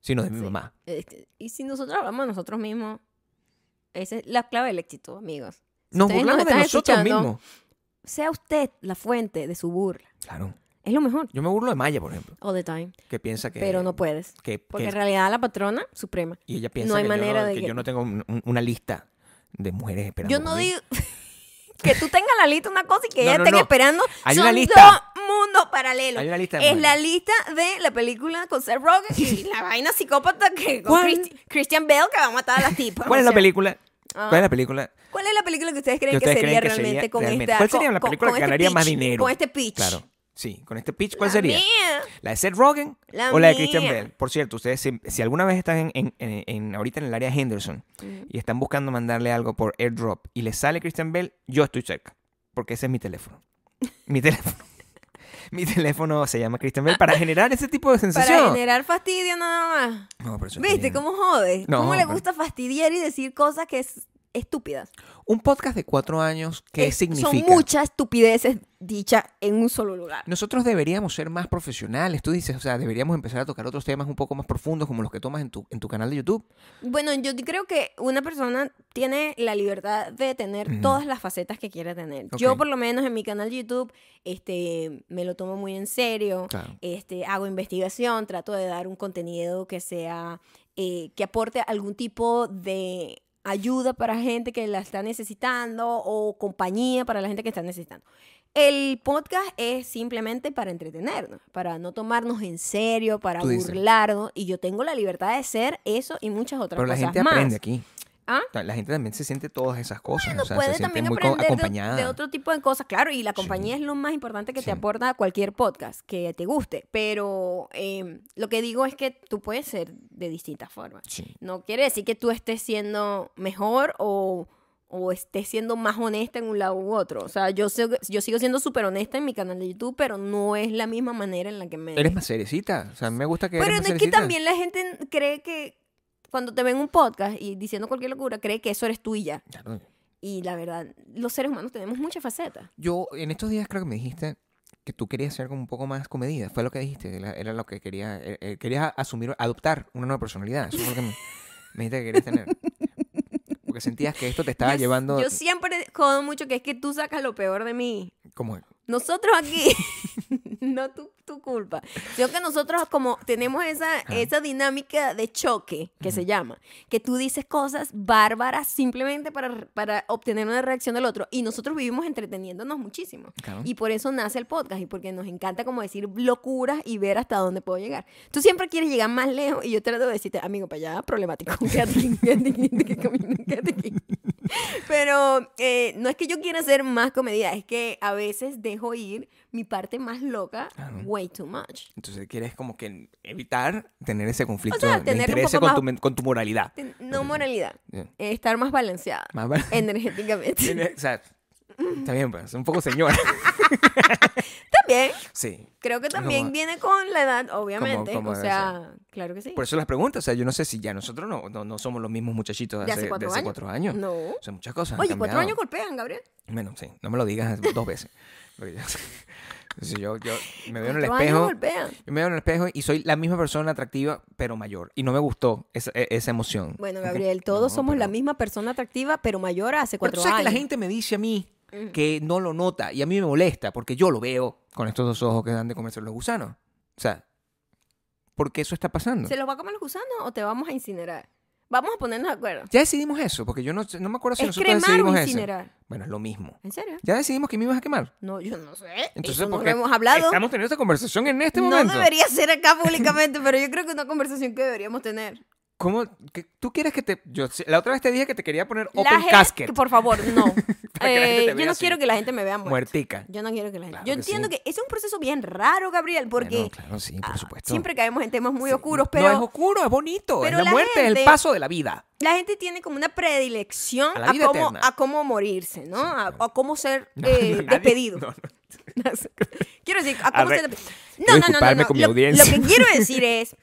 Speaker 2: sino de mi
Speaker 1: Sí.
Speaker 2: mamá.
Speaker 1: Es que- Este, Y si nosotros hablamos de nosotros mismos, esa es la clave del éxito, amigos. Si
Speaker 2: Nos
Speaker 1: ustedes nos
Speaker 2: burlamos de
Speaker 1: están
Speaker 2: nosotros
Speaker 1: escuchando,
Speaker 2: mismos.
Speaker 1: Sea usted la fuente de su burla.
Speaker 2: Claro.
Speaker 1: Es lo mejor.
Speaker 2: Yo me burlo de Maya, por ejemplo,
Speaker 1: All the time.
Speaker 2: que piensa que.
Speaker 1: Pero no puedes.
Speaker 2: que-
Speaker 1: Porque
Speaker 2: que-
Speaker 1: en realidad la patrona suprema.
Speaker 2: y ella piensa
Speaker 1: hay
Speaker 2: que, yo
Speaker 1: manera
Speaker 2: no-
Speaker 1: de
Speaker 2: que
Speaker 1: que-
Speaker 2: yo no tengo un- un- una lista de mujeres esperando.
Speaker 1: Yo no
Speaker 2: por mí.
Speaker 1: digo que tú tengas la lista una cosa y que
Speaker 2: No,
Speaker 1: ya
Speaker 2: no,
Speaker 1: estén
Speaker 2: no.
Speaker 1: esperando.
Speaker 2: Hay
Speaker 1: Son
Speaker 2: una lista.
Speaker 1: dos mundos paralelos.
Speaker 2: Hay una lista de
Speaker 1: Es la
Speaker 2: mujeres.
Speaker 1: lista de la película con Seth Rogen y la vaina psicópata que con
Speaker 2: ¿Cuál?
Speaker 1: Christi- Christian Bale que va a matar a las tipas.
Speaker 2: ¿Cuál
Speaker 1: o
Speaker 2: es la
Speaker 1: sea,
Speaker 2: película?
Speaker 1: ah.
Speaker 2: ¿Cuál es la película?
Speaker 1: ¿Cuál es la película que ustedes creen
Speaker 2: que
Speaker 1: que
Speaker 2: ustedes
Speaker 1: sería
Speaker 2: creen que sería
Speaker 1: realmente con
Speaker 2: realmente?
Speaker 1: esta?
Speaker 2: ¿Cuál sería
Speaker 1: con-
Speaker 2: la
Speaker 1: con-
Speaker 2: película
Speaker 1: con
Speaker 2: que
Speaker 1: este
Speaker 2: ganaría más
Speaker 1: pitch?
Speaker 2: dinero?
Speaker 1: Con este pitch.
Speaker 2: Claro. Sí, con este pitch, ¿cuál
Speaker 1: La
Speaker 2: sería?
Speaker 1: mía.
Speaker 2: ¿La de Seth Rogen
Speaker 1: La
Speaker 2: o la de Christian
Speaker 1: mía.
Speaker 2: Bale? Por cierto, ustedes, si, si alguna vez están en, en- en- en- ahorita en el área de Henderson y están buscando mandarle algo por airdrop y les sale Christian Bale, yo estoy cerca. Porque ese es mi teléfono. Mi teléfono. mi teléfono se llama Christian Bale para generar ese tipo de
Speaker 1: Para
Speaker 2: sensación.
Speaker 1: generar fastidio nada más.
Speaker 2: No, pero eso está
Speaker 1: ¿Viste
Speaker 2: bien.
Speaker 1: cómo jode?
Speaker 2: No,
Speaker 1: ¿Cómo le
Speaker 2: pero-
Speaker 1: gusta fastidiar y decir cosas que es estúpidas?
Speaker 2: Un podcast de cuatro años, ¿qué
Speaker 1: Es-
Speaker 2: significa?
Speaker 1: Son muchas estupideces dichas en un solo lugar.
Speaker 2: Nosotros deberíamos ser más profesionales, tú dices, o sea, deberíamos empezar a tocar otros temas un poco más profundos como los que tomas en tu, en tu canal de YouTube.
Speaker 1: Bueno, yo creo que una persona tiene la libertad de tener
Speaker 2: Ujú.
Speaker 1: todas las facetas que quiera tener.
Speaker 2: Ok.
Speaker 1: Yo, por lo menos, en mi canal de YouTube, este, me lo tomo muy en serio.
Speaker 2: Claro.
Speaker 1: Este, hago investigación, trato de dar un contenido que sea, eh, que aporte algún tipo de ayuda para gente que la está necesitando o compañía para la gente que está necesitando. El podcast es simplemente para entretenernos, para no tomarnos en serio, para
Speaker 2: Tú dices.
Speaker 1: burlarnos. Y yo tengo la libertad de ser eso y muchas otras
Speaker 2: Pero la
Speaker 1: cosas
Speaker 2: gente
Speaker 1: más.
Speaker 2: aprende aquí.
Speaker 1: ¿Ah?
Speaker 2: O sea, La gente también se siente todas esas cosas,
Speaker 1: Bueno,
Speaker 2: o sea, se
Speaker 1: puede
Speaker 2: siente
Speaker 1: también
Speaker 2: muy co-
Speaker 1: aprender de-
Speaker 2: acompañada.
Speaker 1: de, otro tipo de cosas, claro, y la compañía es lo más importante que
Speaker 2: Sí.
Speaker 1: te aporta cualquier podcast que te guste, pero eh, lo que digo es que tú puedes ser de distintas formas.
Speaker 2: Sí.
Speaker 1: No quiere decir que tú estés siendo mejor o, o estés siendo más honesta en un lado u otro. O sea, yo, sigo- yo sigo siendo súper honesta en mi canal de YouTube, pero no es la misma manera en la que me...
Speaker 2: Eres más seriecita, o sea, me gusta que
Speaker 1: Pero no
Speaker 2: eres más
Speaker 1: es que
Speaker 2: seriecita.
Speaker 1: también la gente cree que cuando te ven un podcast y diciendo cualquier locura, cree que eso eres tú y ya.
Speaker 2: Claro.
Speaker 1: Y la verdad, los seres humanos tenemos muchas facetas.
Speaker 2: Yo en estos días creo que me dijiste que tú querías ser como un poco más comedida. Fue lo que dijiste. Era, era lo que quería. eh, eh, querías asumir, adoptar una nueva personalidad. Eso fue lo que me, me dijiste que querías tener. Porque sentías que esto te estaba
Speaker 1: yo,
Speaker 2: llevando.
Speaker 1: yo siempre jodo mucho que es que tú sacas lo peor de mí.
Speaker 2: ¿Cómo es?
Speaker 1: Nosotros aquí, no tu, tu culpa, sino que nosotros como tenemos esa, esa dinámica de choque que se llama, que tú dices cosas bárbaras simplemente para, para obtener una reacción del otro y nosotros vivimos entreteniéndonos muchísimo.
Speaker 2: Claro.
Speaker 1: Y por eso nace el podcast y porque nos encanta como decir locuras y ver hasta dónde puedo llegar. Tú siempre quieres llegar más lejos y yo trato de decirte, amigo, para allá, problemático, quédate aquí, quédate aquí, quédate aquí, quédate aquí". Pero eh, no es que yo quiera ser más comedia, es que a veces dejo ir mi parte más loca
Speaker 2: Claro.
Speaker 1: way too much.
Speaker 2: Entonces quieres como que evitar tener ese conflicto
Speaker 1: sea,
Speaker 2: de
Speaker 1: tener un
Speaker 2: interés
Speaker 1: poco
Speaker 2: con,
Speaker 1: más-
Speaker 2: tu, men- con tu moralidad.
Speaker 1: Ten- No moralidad,
Speaker 2: Bien.
Speaker 1: eh, estar más balanceada
Speaker 2: Más vale-
Speaker 1: energéticamente.
Speaker 2: o sea, está bien, pues, un poco señora.
Speaker 1: también,
Speaker 2: Sí.
Speaker 1: creo que también
Speaker 2: Como-
Speaker 1: viene con la edad, obviamente.
Speaker 2: como
Speaker 1: o
Speaker 2: debe Pues,
Speaker 1: sea, claro que sí.
Speaker 2: Por eso las preguntas, o sea, yo no sé si ya nosotros no, no, no somos los mismos muchachitos de hace, de hace cuatro años.
Speaker 1: No.
Speaker 2: O sea, muchas cosas. han
Speaker 1: Oye, cuatro
Speaker 2: cambiado.
Speaker 1: años golpean, Gabriel.
Speaker 2: Bueno, sí, no me lo digas dos veces. Porque yo- Entonces, yo, yo me veo en el
Speaker 1: Cuatro
Speaker 2: espejo.
Speaker 1: años golpean.
Speaker 2: Yo me veo en el espejo y soy la misma persona atractiva, pero mayor. Y no me gustó esa, e- esa emoción.
Speaker 1: Bueno,
Speaker 2: ¿Ok?
Speaker 1: Gabriel, todos
Speaker 2: No,
Speaker 1: somos la
Speaker 2: pero-
Speaker 1: misma persona atractiva, pero mayor a hace
Speaker 2: Pero tú
Speaker 1: cuatro
Speaker 2: sabes que
Speaker 1: años.
Speaker 2: la gente me dice a mí que no lo nota y a mí me molesta porque yo lo veo con estos dos ojos que dan de comerse los gusanos. O sea, ¿por qué eso está pasando?
Speaker 1: ¿Se los va a comer los gusanos o te vamos a incinerar? Vamos a ponernos de acuerdo.
Speaker 2: Ya decidimos eso, porque yo no, no me acuerdo si
Speaker 1: ¿Es
Speaker 2: nosotros
Speaker 1: cremar o
Speaker 2: decidimos eso.
Speaker 1: incinerar?
Speaker 2: Bueno, es lo mismo.
Speaker 1: ¿En serio?
Speaker 2: Ya decidimos que me ibas a quemar.
Speaker 1: No, yo no sé.
Speaker 2: Entonces,
Speaker 1: Eso no
Speaker 2: ¿por
Speaker 1: lo
Speaker 2: qué
Speaker 1: hemos hablado.
Speaker 2: Estamos teniendo esta conversación en este
Speaker 1: no
Speaker 2: momento.
Speaker 1: debería ser acá públicamente, pero yo creo que es una conversación que deberíamos tener.
Speaker 2: ¿Cómo? ¿Qué- ¿Tú quieres que te.? Yo, la otra vez te dije que te quería poner open
Speaker 1: La gente-
Speaker 2: casket.
Speaker 1: Por favor, no.
Speaker 2: Para que la gente
Speaker 1: Eh,
Speaker 2: te
Speaker 1: yo
Speaker 2: vea
Speaker 1: no
Speaker 2: así.
Speaker 1: quiero que la gente me vea muerta.
Speaker 2: Muertica.
Speaker 1: Yo no quiero que la gente.
Speaker 2: Claro
Speaker 1: yo
Speaker 2: que
Speaker 1: entiendo
Speaker 2: sí.
Speaker 1: que es un proceso bien raro, Gabriel, porque
Speaker 2: Bueno, claro, sí, por
Speaker 1: ah,
Speaker 2: supuesto.
Speaker 1: siempre caemos en temas muy
Speaker 2: Sí.
Speaker 1: oscuros,
Speaker 2: No
Speaker 1: pero
Speaker 2: es oscuro, es bonito.
Speaker 1: pero
Speaker 2: es
Speaker 1: la
Speaker 2: la, muerte, es el
Speaker 1: gente-
Speaker 2: paso de la vida.
Speaker 1: la gente tiene como una predilección
Speaker 2: A la
Speaker 1: a,
Speaker 2: vida
Speaker 1: cómo,
Speaker 2: eterna.
Speaker 1: a cómo morirse, ¿no? a,
Speaker 2: claro.
Speaker 1: a cómo ser
Speaker 2: No,
Speaker 1: eh,
Speaker 2: no, nadie-
Speaker 1: despedido.
Speaker 2: no, no.
Speaker 1: Quiero decir, ¿a cómo
Speaker 2: Arre-
Speaker 1: se le-
Speaker 2: quiero
Speaker 1: No, no, no, no,
Speaker 2: disculparme
Speaker 1: no.
Speaker 2: con mi
Speaker 1: lo,
Speaker 2: audiencia.
Speaker 1: lo que quiero decir es,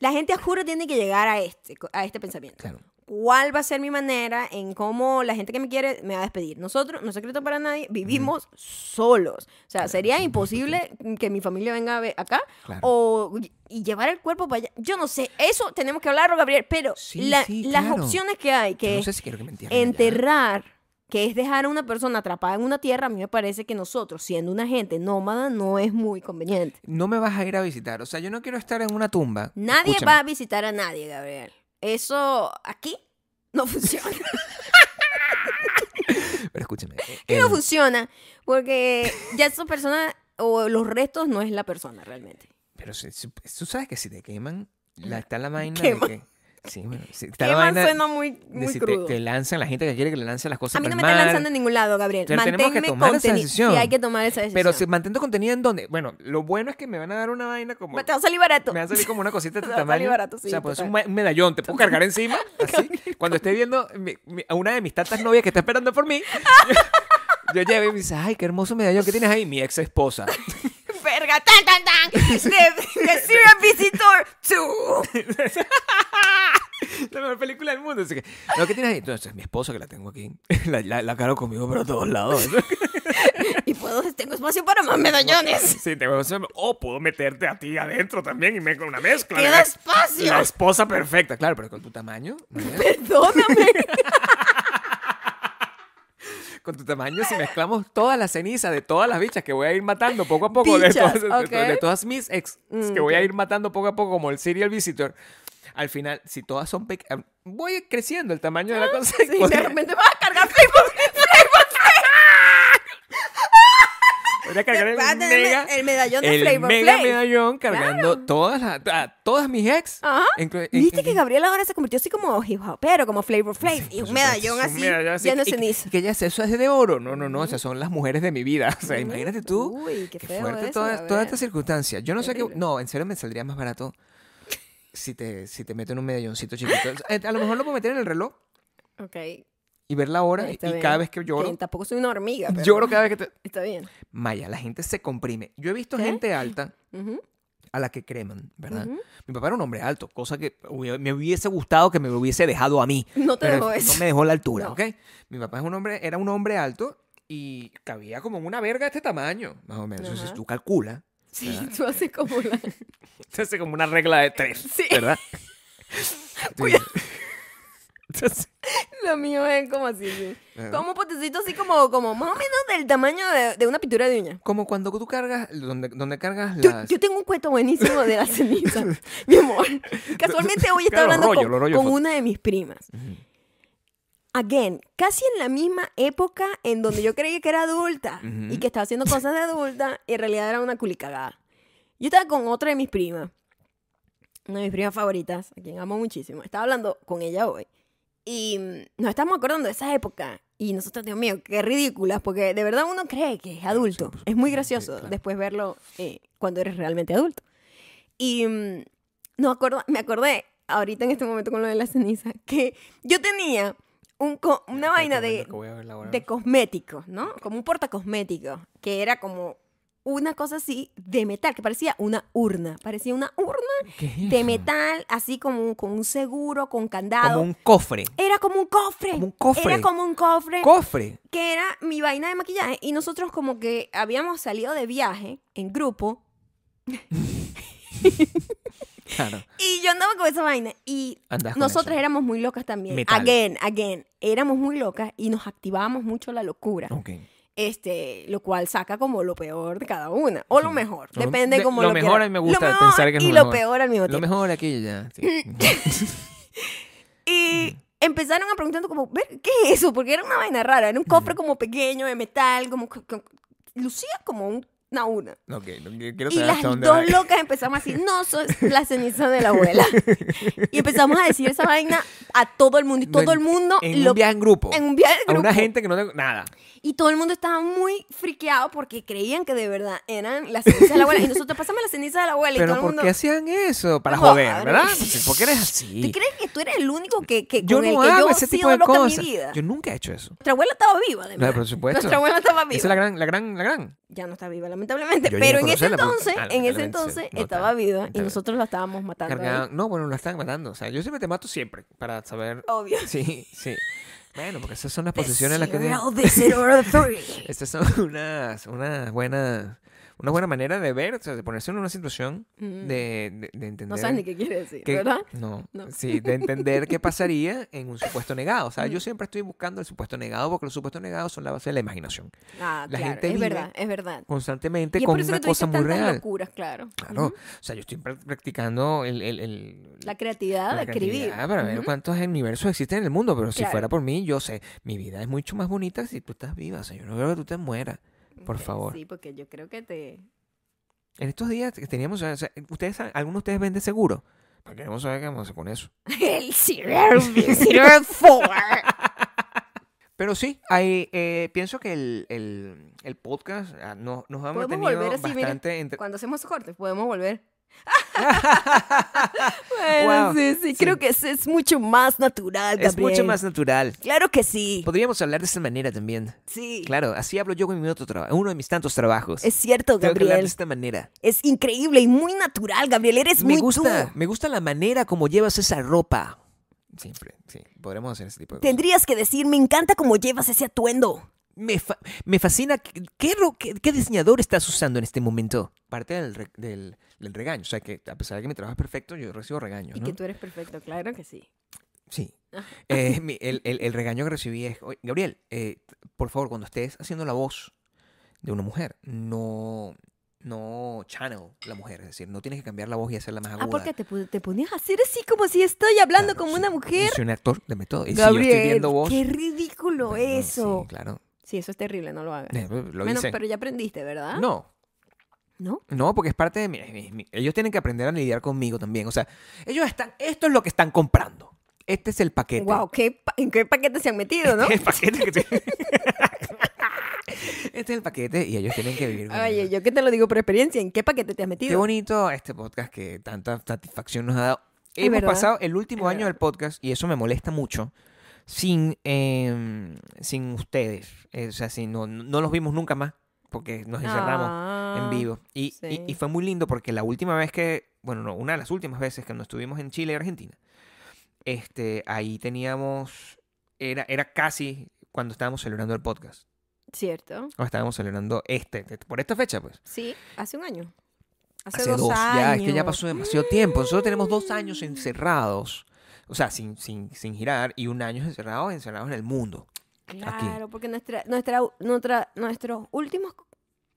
Speaker 1: la gente a juro tiene que llegar a este, a este pensamiento.
Speaker 2: Claro.
Speaker 1: ¿Cuál va a ser mi manera en cómo la gente que me quiere me va a despedir? Nosotros, no es secreto para nadie, vivimos solos. O sea, sería imposible que mi familia venga a ve- acá
Speaker 2: Claro.
Speaker 1: o y llevar el cuerpo para allá. Yo no sé, eso tenemos que hablarlo, Gabriel, pero
Speaker 2: Sí,
Speaker 1: la-
Speaker 2: sí,
Speaker 1: las
Speaker 2: claro.
Speaker 1: opciones que hay, que
Speaker 2: Yo no
Speaker 1: es
Speaker 2: sé si quiero que me entierren. allá.
Speaker 1: enterrar, que es dejar a una persona atrapada en una tierra, a mí me parece que nosotros, siendo una gente nómada, no es muy conveniente.
Speaker 2: No me vas a ir a visitar. O sea, yo no quiero estar en una tumba.
Speaker 1: Nadie
Speaker 2: Escúchame.
Speaker 1: va a visitar a nadie, Gabriel. Eso aquí no funciona.
Speaker 2: Pero escúchame. eh,
Speaker 1: Aquí
Speaker 2: el-
Speaker 1: no funciona porque ya esa persona o los restos no es la persona realmente.
Speaker 2: Pero si- si- tú sabes que si te queman, la, está la vaina
Speaker 1: Quema.
Speaker 2: de que... Sí, bueno, sí, está la
Speaker 1: Quemar
Speaker 2: vaina
Speaker 1: suena muy,
Speaker 2: de
Speaker 1: muy
Speaker 2: si te,
Speaker 1: crudo.
Speaker 2: te lanzan, la gente que quiere que le lancen las cosas
Speaker 1: a mí no
Speaker 2: pa'l
Speaker 1: me están
Speaker 2: mar.
Speaker 1: lanzando en ningún lado, Gabriel.
Speaker 2: Pero tenemos que
Speaker 1: Manténme
Speaker 2: tomar esa
Speaker 1: conteni-
Speaker 2: decisión.
Speaker 1: Sí, hay que tomar esa decisión.
Speaker 2: Pero si manteniendo contenido en dónde? Bueno, lo bueno es que me van a dar una vaina como...
Speaker 1: Te va a salir barato.
Speaker 2: Me va a salir como una cosita de
Speaker 1: Te va
Speaker 2: este
Speaker 1: a salir
Speaker 2: tamaño.
Speaker 1: barato, sí,
Speaker 2: o sea, pues
Speaker 1: total.
Speaker 2: un, ma- un medallón, te puedo cargar encima. Así. Cuando esté viendo mi- mi- a una de mis tantas novias que está esperando por mí, yo, yo llevo y me dice, ay, qué hermoso medallón que tienes ahí, mi ex esposa.
Speaker 1: Verga, tan, tan, tan. The, the Serial Visitor 2.
Speaker 2: la mejor película del mundo. Así que, lo que tienes ahí, entonces, mi esposa que la tengo aquí, la, la, la cargo conmigo para todos lados.
Speaker 1: Y puedo, tengo espacio para más medallones.
Speaker 2: Sí, te voy a hacer- O puedo meterte a ti adentro también y me con una mezcla.
Speaker 1: ¡Queda
Speaker 2: La-
Speaker 1: espacio!
Speaker 2: La esposa perfecta, claro, pero con tu tamaño. ¿no?
Speaker 1: Perdóname.
Speaker 2: Con tu tamaño, si mezclamos todas las cenizas de todas las bichas que voy a ir matando poco a poco, de
Speaker 1: Bichas,
Speaker 2: todas, de-
Speaker 1: ok. Mm,
Speaker 2: de, todas mis ex, que voy a ir matando poco a poco como el serial visitor. Al final, si todas son pequeñas, voy creciendo el tamaño de la cosa. y
Speaker 1: Ah, Sí, de
Speaker 2: podría,
Speaker 1: repente vas a cargar Facebook.
Speaker 2: podría cargar el
Speaker 1: Vas a tener
Speaker 2: mega,
Speaker 1: Ah, el medallón de
Speaker 2: el
Speaker 1: Flavor
Speaker 2: mega
Speaker 1: Flav.
Speaker 2: medallón cargando todas las, a todas mis ex.
Speaker 1: Ajá.
Speaker 2: inclu- en-
Speaker 1: Viste
Speaker 2: en-
Speaker 1: que Gabriel ahora se convirtió así como hip hopero, como Flavor Flav. y un medallón
Speaker 2: Es
Speaker 1: así,
Speaker 2: un medallón así,
Speaker 1: lleno de
Speaker 2: y-
Speaker 1: ceniza.
Speaker 2: y Que ya sé, eso es de oro. No, no, no. O sea, son las mujeres de mi vida. O sea, imagínate tú.
Speaker 1: Uy, qué
Speaker 2: qué
Speaker 1: feo
Speaker 2: fuerte
Speaker 1: eso,
Speaker 2: toda,
Speaker 1: la
Speaker 2: toda
Speaker 1: verdad.
Speaker 2: esta circunstancia. Yo no sé qué.
Speaker 1: Terrible.
Speaker 2: No, en serio me saldría más barato si te, si te meten un medalloncito chiquito. Eh, A lo mejor lo puedo meter en el reloj
Speaker 1: Ok.
Speaker 2: y ver la hora. Y
Speaker 1: está bien.
Speaker 2: cada vez que lloro,
Speaker 1: tampoco soy una hormiga. Pero
Speaker 2: lloro cada vez que te.
Speaker 1: Está bien.
Speaker 2: Maya, la gente se comprime. Yo he visto
Speaker 1: ¿Qué?
Speaker 2: gente alta
Speaker 1: Ujú.
Speaker 2: a la que creman, ¿verdad? Mi papá era un hombre alto, cosa que hubi- me hubiese gustado que me lo hubiese dejado a mí.
Speaker 1: No te
Speaker 2: pero
Speaker 1: dejó eso.
Speaker 2: No me dejó la altura,
Speaker 1: No.
Speaker 2: ¿ok? Mi papá es un hombre, era un hombre alto y cabía como en una verga de este tamaño, más o menos. Entonces
Speaker 1: Ajá.
Speaker 2: tú calculas,
Speaker 1: Sí, tú haces como la...
Speaker 2: se hace como una regla de tres,
Speaker 1: Sí.
Speaker 2: ¿verdad? Tú
Speaker 1: Cuidado.
Speaker 2: dices- Entonces,
Speaker 1: Lo mío es como así. sí.
Speaker 2: Ajá.
Speaker 1: Como un potecito así como, como más o menos del tamaño de, de una pintura de uña.
Speaker 2: como cuando tú cargas, donde, donde cargas
Speaker 1: Yo,
Speaker 2: las...
Speaker 1: yo tengo un cuento buenísimo de la ceniza, mi amor. Casualmente hoy estaba
Speaker 2: Claro, los
Speaker 1: hablando
Speaker 2: rollos,
Speaker 1: con,
Speaker 2: los rollos
Speaker 1: con
Speaker 2: de foto.
Speaker 1: una de mis primas.
Speaker 2: Ujú.
Speaker 1: Again, casi en la misma época en donde yo creía que era adulta
Speaker 2: Ujú.
Speaker 1: y que estaba haciendo cosas de adulta, y en realidad era una culicagada. Yo estaba con otra de mis primas, una de mis primas favoritas, a quien amo muchísimo. Estaba hablando con ella hoy y mm, nos estamos acordando de esa época. Y nosotros, Dios mío, qué ridículas, porque de verdad uno cree que es adulto.
Speaker 2: por
Speaker 1: es
Speaker 2: supuesto,
Speaker 1: muy
Speaker 2: sí,
Speaker 1: gracioso
Speaker 2: claro.
Speaker 1: después verlo eh, cuando eres realmente adulto. Y mm, no acuerdo, me acordé ahorita en este momento con lo de la ceniza, que yo tenía un co- una vaina de, de cosméticos, ¿no? Como un portacosméticos, que era como una cosa así de metal, que parecía una urna. Parecía una urna de metal, así como con un seguro, con candado.
Speaker 2: Como un cofre.
Speaker 1: Era como un cofre.
Speaker 2: Como un cofre.
Speaker 1: Era como un cofre
Speaker 2: Cofre.
Speaker 1: que era mi vaina de maquillaje y nosotros como que habíamos salido de viaje en grupo
Speaker 2: Claro.
Speaker 1: y yo andaba con esa vaina y
Speaker 2: Andas con
Speaker 1: nosotras
Speaker 2: eso.
Speaker 1: éramos muy locas también.
Speaker 2: Metal.
Speaker 1: Again, again, éramos muy locas y nos activábamos mucho la locura.
Speaker 2: Ok.
Speaker 1: Este, lo cual saca como lo peor de cada una o lo
Speaker 2: Sí.
Speaker 1: mejor,
Speaker 2: Lo-
Speaker 1: depende
Speaker 2: de-
Speaker 1: como
Speaker 2: lo
Speaker 1: lo,
Speaker 2: mejor
Speaker 1: quieras.
Speaker 2: a mí me gusta
Speaker 1: Lo mejor
Speaker 2: pensar que es lo
Speaker 1: y
Speaker 2: mejor.
Speaker 1: lo peor al mismo
Speaker 2: Lo
Speaker 1: tiempo.
Speaker 2: mejor aquí ya. sí.
Speaker 1: Y empezaron a preguntar como, "Ver, ¿qué es eso? Porque era una vaina rara, era un cofre como pequeño de metal, como co- co- lucía como un- una una.
Speaker 2: Ok, no, yo quiero
Speaker 1: Y
Speaker 2: saber
Speaker 1: las
Speaker 2: hasta
Speaker 1: dos
Speaker 2: dónde va.
Speaker 1: locas empezamos a decir, no, son las cenizas de la abuela. Y empezamos a decir esa vaina a todo el mundo. Y
Speaker 2: No,
Speaker 1: todo el mundo
Speaker 2: En
Speaker 1: lo-
Speaker 2: un viaje en grupo.
Speaker 1: en un viaje de
Speaker 2: A una
Speaker 1: grupo.
Speaker 2: gente que no tengo nada.
Speaker 1: Y todo el mundo estaba muy friqueado porque creían que de verdad eran las cenizas de la abuela. Y nosotros pasamos las cenizas de la abuela y todo
Speaker 2: Pero
Speaker 1: el
Speaker 2: ¿por
Speaker 1: mundo...
Speaker 2: qué hacían eso? Para
Speaker 1: Madre.
Speaker 2: joder, ¿verdad? Porque- ¿Por qué eres
Speaker 1: ¿Tú
Speaker 2: así?
Speaker 1: crees que tú eres el único que, que
Speaker 2: Yo
Speaker 1: con el
Speaker 2: no
Speaker 1: que
Speaker 2: hago
Speaker 1: yo he
Speaker 2: ese tipo
Speaker 1: sido
Speaker 2: de
Speaker 1: loca en
Speaker 2: cosas.
Speaker 1: mi vida?
Speaker 2: Yo nunca he hecho eso.
Speaker 1: Nuestra abuela estaba viva, además.
Speaker 2: Claro, por supuesto.
Speaker 1: Nuestra abuela estaba viva.
Speaker 2: Esa es la gran, la gran, la gran.
Speaker 1: Ya no está viva, lamentablemente.
Speaker 2: Yo llegué
Speaker 1: pero
Speaker 2: a
Speaker 1: en ese
Speaker 2: conocerla, pero-
Speaker 1: entonces,
Speaker 2: ah,
Speaker 1: en ese
Speaker 2: lamentablemente,
Speaker 1: entonces,
Speaker 2: no, está
Speaker 1: estaba
Speaker 2: bien,
Speaker 1: viva
Speaker 2: está
Speaker 1: y
Speaker 2: bien.
Speaker 1: nosotros la estábamos matando. ahí.
Speaker 2: Cargaban. No, bueno, la están matando. O sea, yo siempre te mato siempre para saber.
Speaker 1: Obvio.
Speaker 2: Sí, sí. Bueno, porque esas son las posiciones en las que. te-
Speaker 1: Serial Visitor 3.
Speaker 2: Estas son unas, unas buenas. Una buena manera de ver, o sea, de ponerse en una situación
Speaker 1: Mm.
Speaker 2: de, de- de entender.
Speaker 1: No sabes ni qué quiere decir,
Speaker 2: que-
Speaker 1: ¿verdad?
Speaker 2: No,
Speaker 1: No.
Speaker 2: Sí, de entender qué pasaría en un supuesto negado. O sea, yo siempre estoy buscando el supuesto negado porque los supuestos negados son la base de la imaginación.
Speaker 1: Ah,
Speaker 2: La
Speaker 1: claro.
Speaker 2: gente
Speaker 1: es
Speaker 2: vive
Speaker 1: verdad, es verdad.
Speaker 2: Constantemente
Speaker 1: Y es
Speaker 2: con
Speaker 1: por eso
Speaker 2: una
Speaker 1: que tú
Speaker 2: cosa
Speaker 1: dices
Speaker 2: muy
Speaker 1: tantas
Speaker 2: real.
Speaker 1: locuras, claro.
Speaker 2: Claro.
Speaker 1: Ujú.
Speaker 2: O sea, yo estoy pra- practicando el, el- el-
Speaker 1: La creatividad de escribir.
Speaker 2: creatividad para ver
Speaker 1: Ujú.
Speaker 2: cuántos universos existen en el mundo. Pero si
Speaker 1: Claro.
Speaker 2: fuera por mí, yo sé, mi vida es mucho más bonita si tú estás viva. O sea, yo no creo que tú te mueras. Por
Speaker 1: Ok,
Speaker 2: favor.
Speaker 1: Sí, porque yo creo que te...
Speaker 2: En estos días que teníamos, o sea, ustedes, saben- algunos de ustedes venden seguro. Pero queremos saber qué vamos a hacer con eso.
Speaker 1: El
Speaker 3: Serial Visitor 4.
Speaker 2: Pero sí, hay, eh, pienso que el, el, el podcast ah, no- nos ha
Speaker 1: Podemos
Speaker 2: mantenido
Speaker 1: volver así, mira.
Speaker 2: bastante entre-
Speaker 1: Cuando hacemos esos cortes, podemos volver. bueno,
Speaker 2: Wow,
Speaker 1: sí, sí, Creo que es, es mucho más natural,
Speaker 2: Es mucho
Speaker 1: Gabriel.
Speaker 2: más natural.
Speaker 1: Claro que sí.
Speaker 2: Podríamos hablar de esa manera también.
Speaker 1: Sí.
Speaker 2: Pues, Claro, así hablo yo con mi otro trabajo, uno de mis tantos trabajos.
Speaker 1: Es cierto,
Speaker 2: Tengo que hablar de
Speaker 1: Gabriel.
Speaker 2: esta manera.
Speaker 1: Es increíble y muy natural, Gabriel. Eres
Speaker 2: me
Speaker 1: muy
Speaker 2: gusta,
Speaker 1: tú.
Speaker 2: me gusta la manera como llevas esa ropa. Siempre, sí, podremos hacer ese tipo de cosas.
Speaker 1: Tendrías que decir, me encanta cómo llevas ese atuendo.
Speaker 2: Me, fa- me fascina. ¿qué- ¿qué, ro- qué, qué diseñador estás usando en este momento? Parte del, re- del, del regaño. O sea, que a pesar de que mi trabajo es perfecto, yo recibo regaños. ¿no?
Speaker 1: eres perfecto, claro que sí.
Speaker 2: Sí. Eh, mi- el, el- el regaño que recibí es: "Oye, Gabriel, eh, por favor, cuando estés haciendo la voz de una mujer, no. No channel la mujer, es decir, no tienes que cambiar la voz y hacerla más aguda.
Speaker 1: Ah, porque te, pu- te ponías a hacer así como si estoy hablando
Speaker 2: Claro,
Speaker 1: como
Speaker 2: sí.
Speaker 1: una mujer.
Speaker 2: Yo soy un actor de método. Y si yo estoy
Speaker 1: Gabriel,
Speaker 2: viendo voz.
Speaker 1: qué ridículo
Speaker 2: bueno,
Speaker 1: eso.
Speaker 2: Pues Sí, claro.
Speaker 1: Sí. eso es terrible, no lo hagas.
Speaker 2: Eh, Lo
Speaker 1: Menos,
Speaker 2: hice.
Speaker 1: pero ya aprendiste, ¿verdad?
Speaker 2: No,
Speaker 1: ¿No?
Speaker 2: No, porque es parte de mi, mi- mi- Ellos tienen que aprender a lidiar conmigo también. O sea, ellos están... Esto es lo que están comprando. Este es el paquete.
Speaker 1: Wow, ¿qué pa- ¿en qué paquete se han metido, no?
Speaker 2: Este es el paquete que tienen. este es el paquete y ellos tienen que vivir con
Speaker 1: Oye,
Speaker 2: ello.
Speaker 1: yo que te lo digo por experiencia, ¿en qué paquete te has
Speaker 2: Qué
Speaker 1: metido?
Speaker 2: bonito este podcast que tanta satisfacción nos ha dado.
Speaker 1: Es
Speaker 2: Hemos
Speaker 1: verdad.
Speaker 2: pasado el último
Speaker 1: Es
Speaker 2: año del podcast, y eso me molesta mucho, sin, eh, sin ustedes. Eh, o sea, sin- no, no los vimos nunca más porque nos encerramos. en
Speaker 1: Ah,
Speaker 2: vivo. Y, y- y
Speaker 1: sí.
Speaker 2: fue muy lindo porque la última vez que, bueno, no, una de las últimas veces que nos estuvimos en Chile y Argentina, este, ahí teníamos, era, era casi cuando estábamos celebrando el podcast.
Speaker 1: Cierto.
Speaker 2: O estábamos celebrando este, este- por esta fecha, pues.
Speaker 1: Sí, hace un año. Hace,
Speaker 2: Hace
Speaker 1: dos,
Speaker 2: dos,
Speaker 1: años.
Speaker 2: ya, es que ya pasó demasiado tiempo. Nosotros tenemos dos años encerrados, o sea, sin, sin, sin girar, y un año encerrados, encerrados en el mundo.
Speaker 1: Claro, porque nuestra, nuestra, nuestra, nuestros últimos.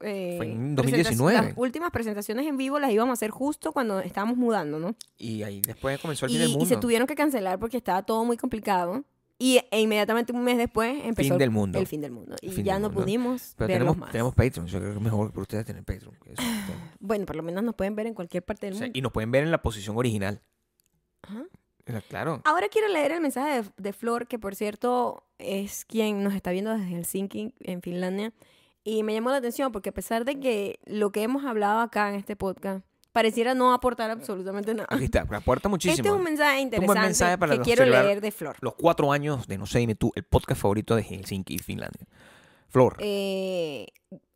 Speaker 1: eh,
Speaker 2: Fue en
Speaker 1: presentaci-
Speaker 2: 2019.
Speaker 1: Las últimas presentaciones en vivo las íbamos a hacer justo cuando estábamos mudando, ¿no?
Speaker 2: Y ahí después comenzó el fin
Speaker 1: Y,
Speaker 2: del
Speaker 1: y
Speaker 2: mundo.
Speaker 1: se tuvieron que cancelar porque estaba todo muy complicado. Y e inmediatamente un mes después empezó
Speaker 2: del mundo.
Speaker 1: el fin del mundo. Y
Speaker 2: fin
Speaker 1: ya
Speaker 2: del
Speaker 1: no
Speaker 2: mundo.
Speaker 1: pudimos
Speaker 2: Pero
Speaker 1: verlos
Speaker 2: tenemos,
Speaker 1: más.
Speaker 2: tenemos Patreon. Yo creo que es mejor para ustedes tener Patreon. que eso, ustedes-
Speaker 1: Bueno, por lo menos nos pueden ver en cualquier parte del
Speaker 2: o sea,
Speaker 1: mundo.
Speaker 2: y nos pueden ver en la posición original.
Speaker 1: Ajá.
Speaker 2: En la- Claro.
Speaker 1: Ahora quiero leer el mensaje de, de Flor, que por cierto es quien nos está viendo desde Helsinki, en Finlandia. Y me llamó la atención porque a pesar de que lo que hemos hablado acá en este podcast pareciera no aportar absolutamente nada.
Speaker 2: Aquí está. Aporta muchísimo.
Speaker 1: Ah. Este es un mensaje
Speaker 2: buen
Speaker 1: interesante
Speaker 2: mensaje para
Speaker 1: que
Speaker 2: los
Speaker 1: quiero
Speaker 2: celebrar-
Speaker 1: leer de Flor.
Speaker 2: Los cuatro años de No sé, dime tú, el podcast favorito de Helsinki y Finlandia. Flor.
Speaker 1: Eh,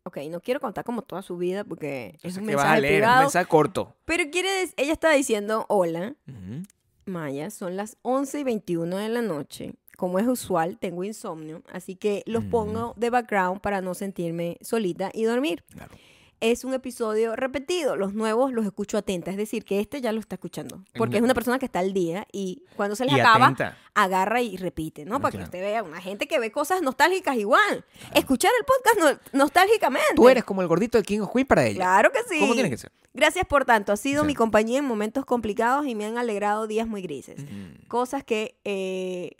Speaker 1: ok, no quiero contar como toda su vida porque
Speaker 2: yo
Speaker 1: es
Speaker 2: sé
Speaker 1: un
Speaker 2: que vas a
Speaker 1: mensaje
Speaker 2: leer, es
Speaker 1: privado.
Speaker 2: un mensaje corto.
Speaker 1: Pero quiere dec- ella está diciendo, hola,
Speaker 2: Ujú.
Speaker 1: Maya, son las 11 y 21 de la noche. Como es usual, tengo insomnio, así que los
Speaker 2: Mm.
Speaker 1: pongo de background para no sentirme solita y dormir.
Speaker 2: Claro.
Speaker 1: Es un episodio repetido, los nuevos los escucho atenta, es decir, que este ya lo está escuchando, porque es una persona que está al día y cuando se les
Speaker 2: Y
Speaker 1: acaba,
Speaker 2: atenta.
Speaker 1: agarra y repite, ¿no?
Speaker 2: Ah,
Speaker 1: Para que
Speaker 2: claro.
Speaker 1: usted vea una gente que ve cosas nostálgicas igual. Escuchar el podcast no- nostálgicamente.
Speaker 2: Tú eres como el gordito de King of Queens para ella.
Speaker 1: Claro que sí.
Speaker 2: ¿Cómo tiene que ser?
Speaker 1: Gracias por tanto, ha sido
Speaker 2: Sí.
Speaker 1: mi compañía en momentos complicados y me han alegrado días muy grises
Speaker 2: Mm.
Speaker 1: cosas que eh,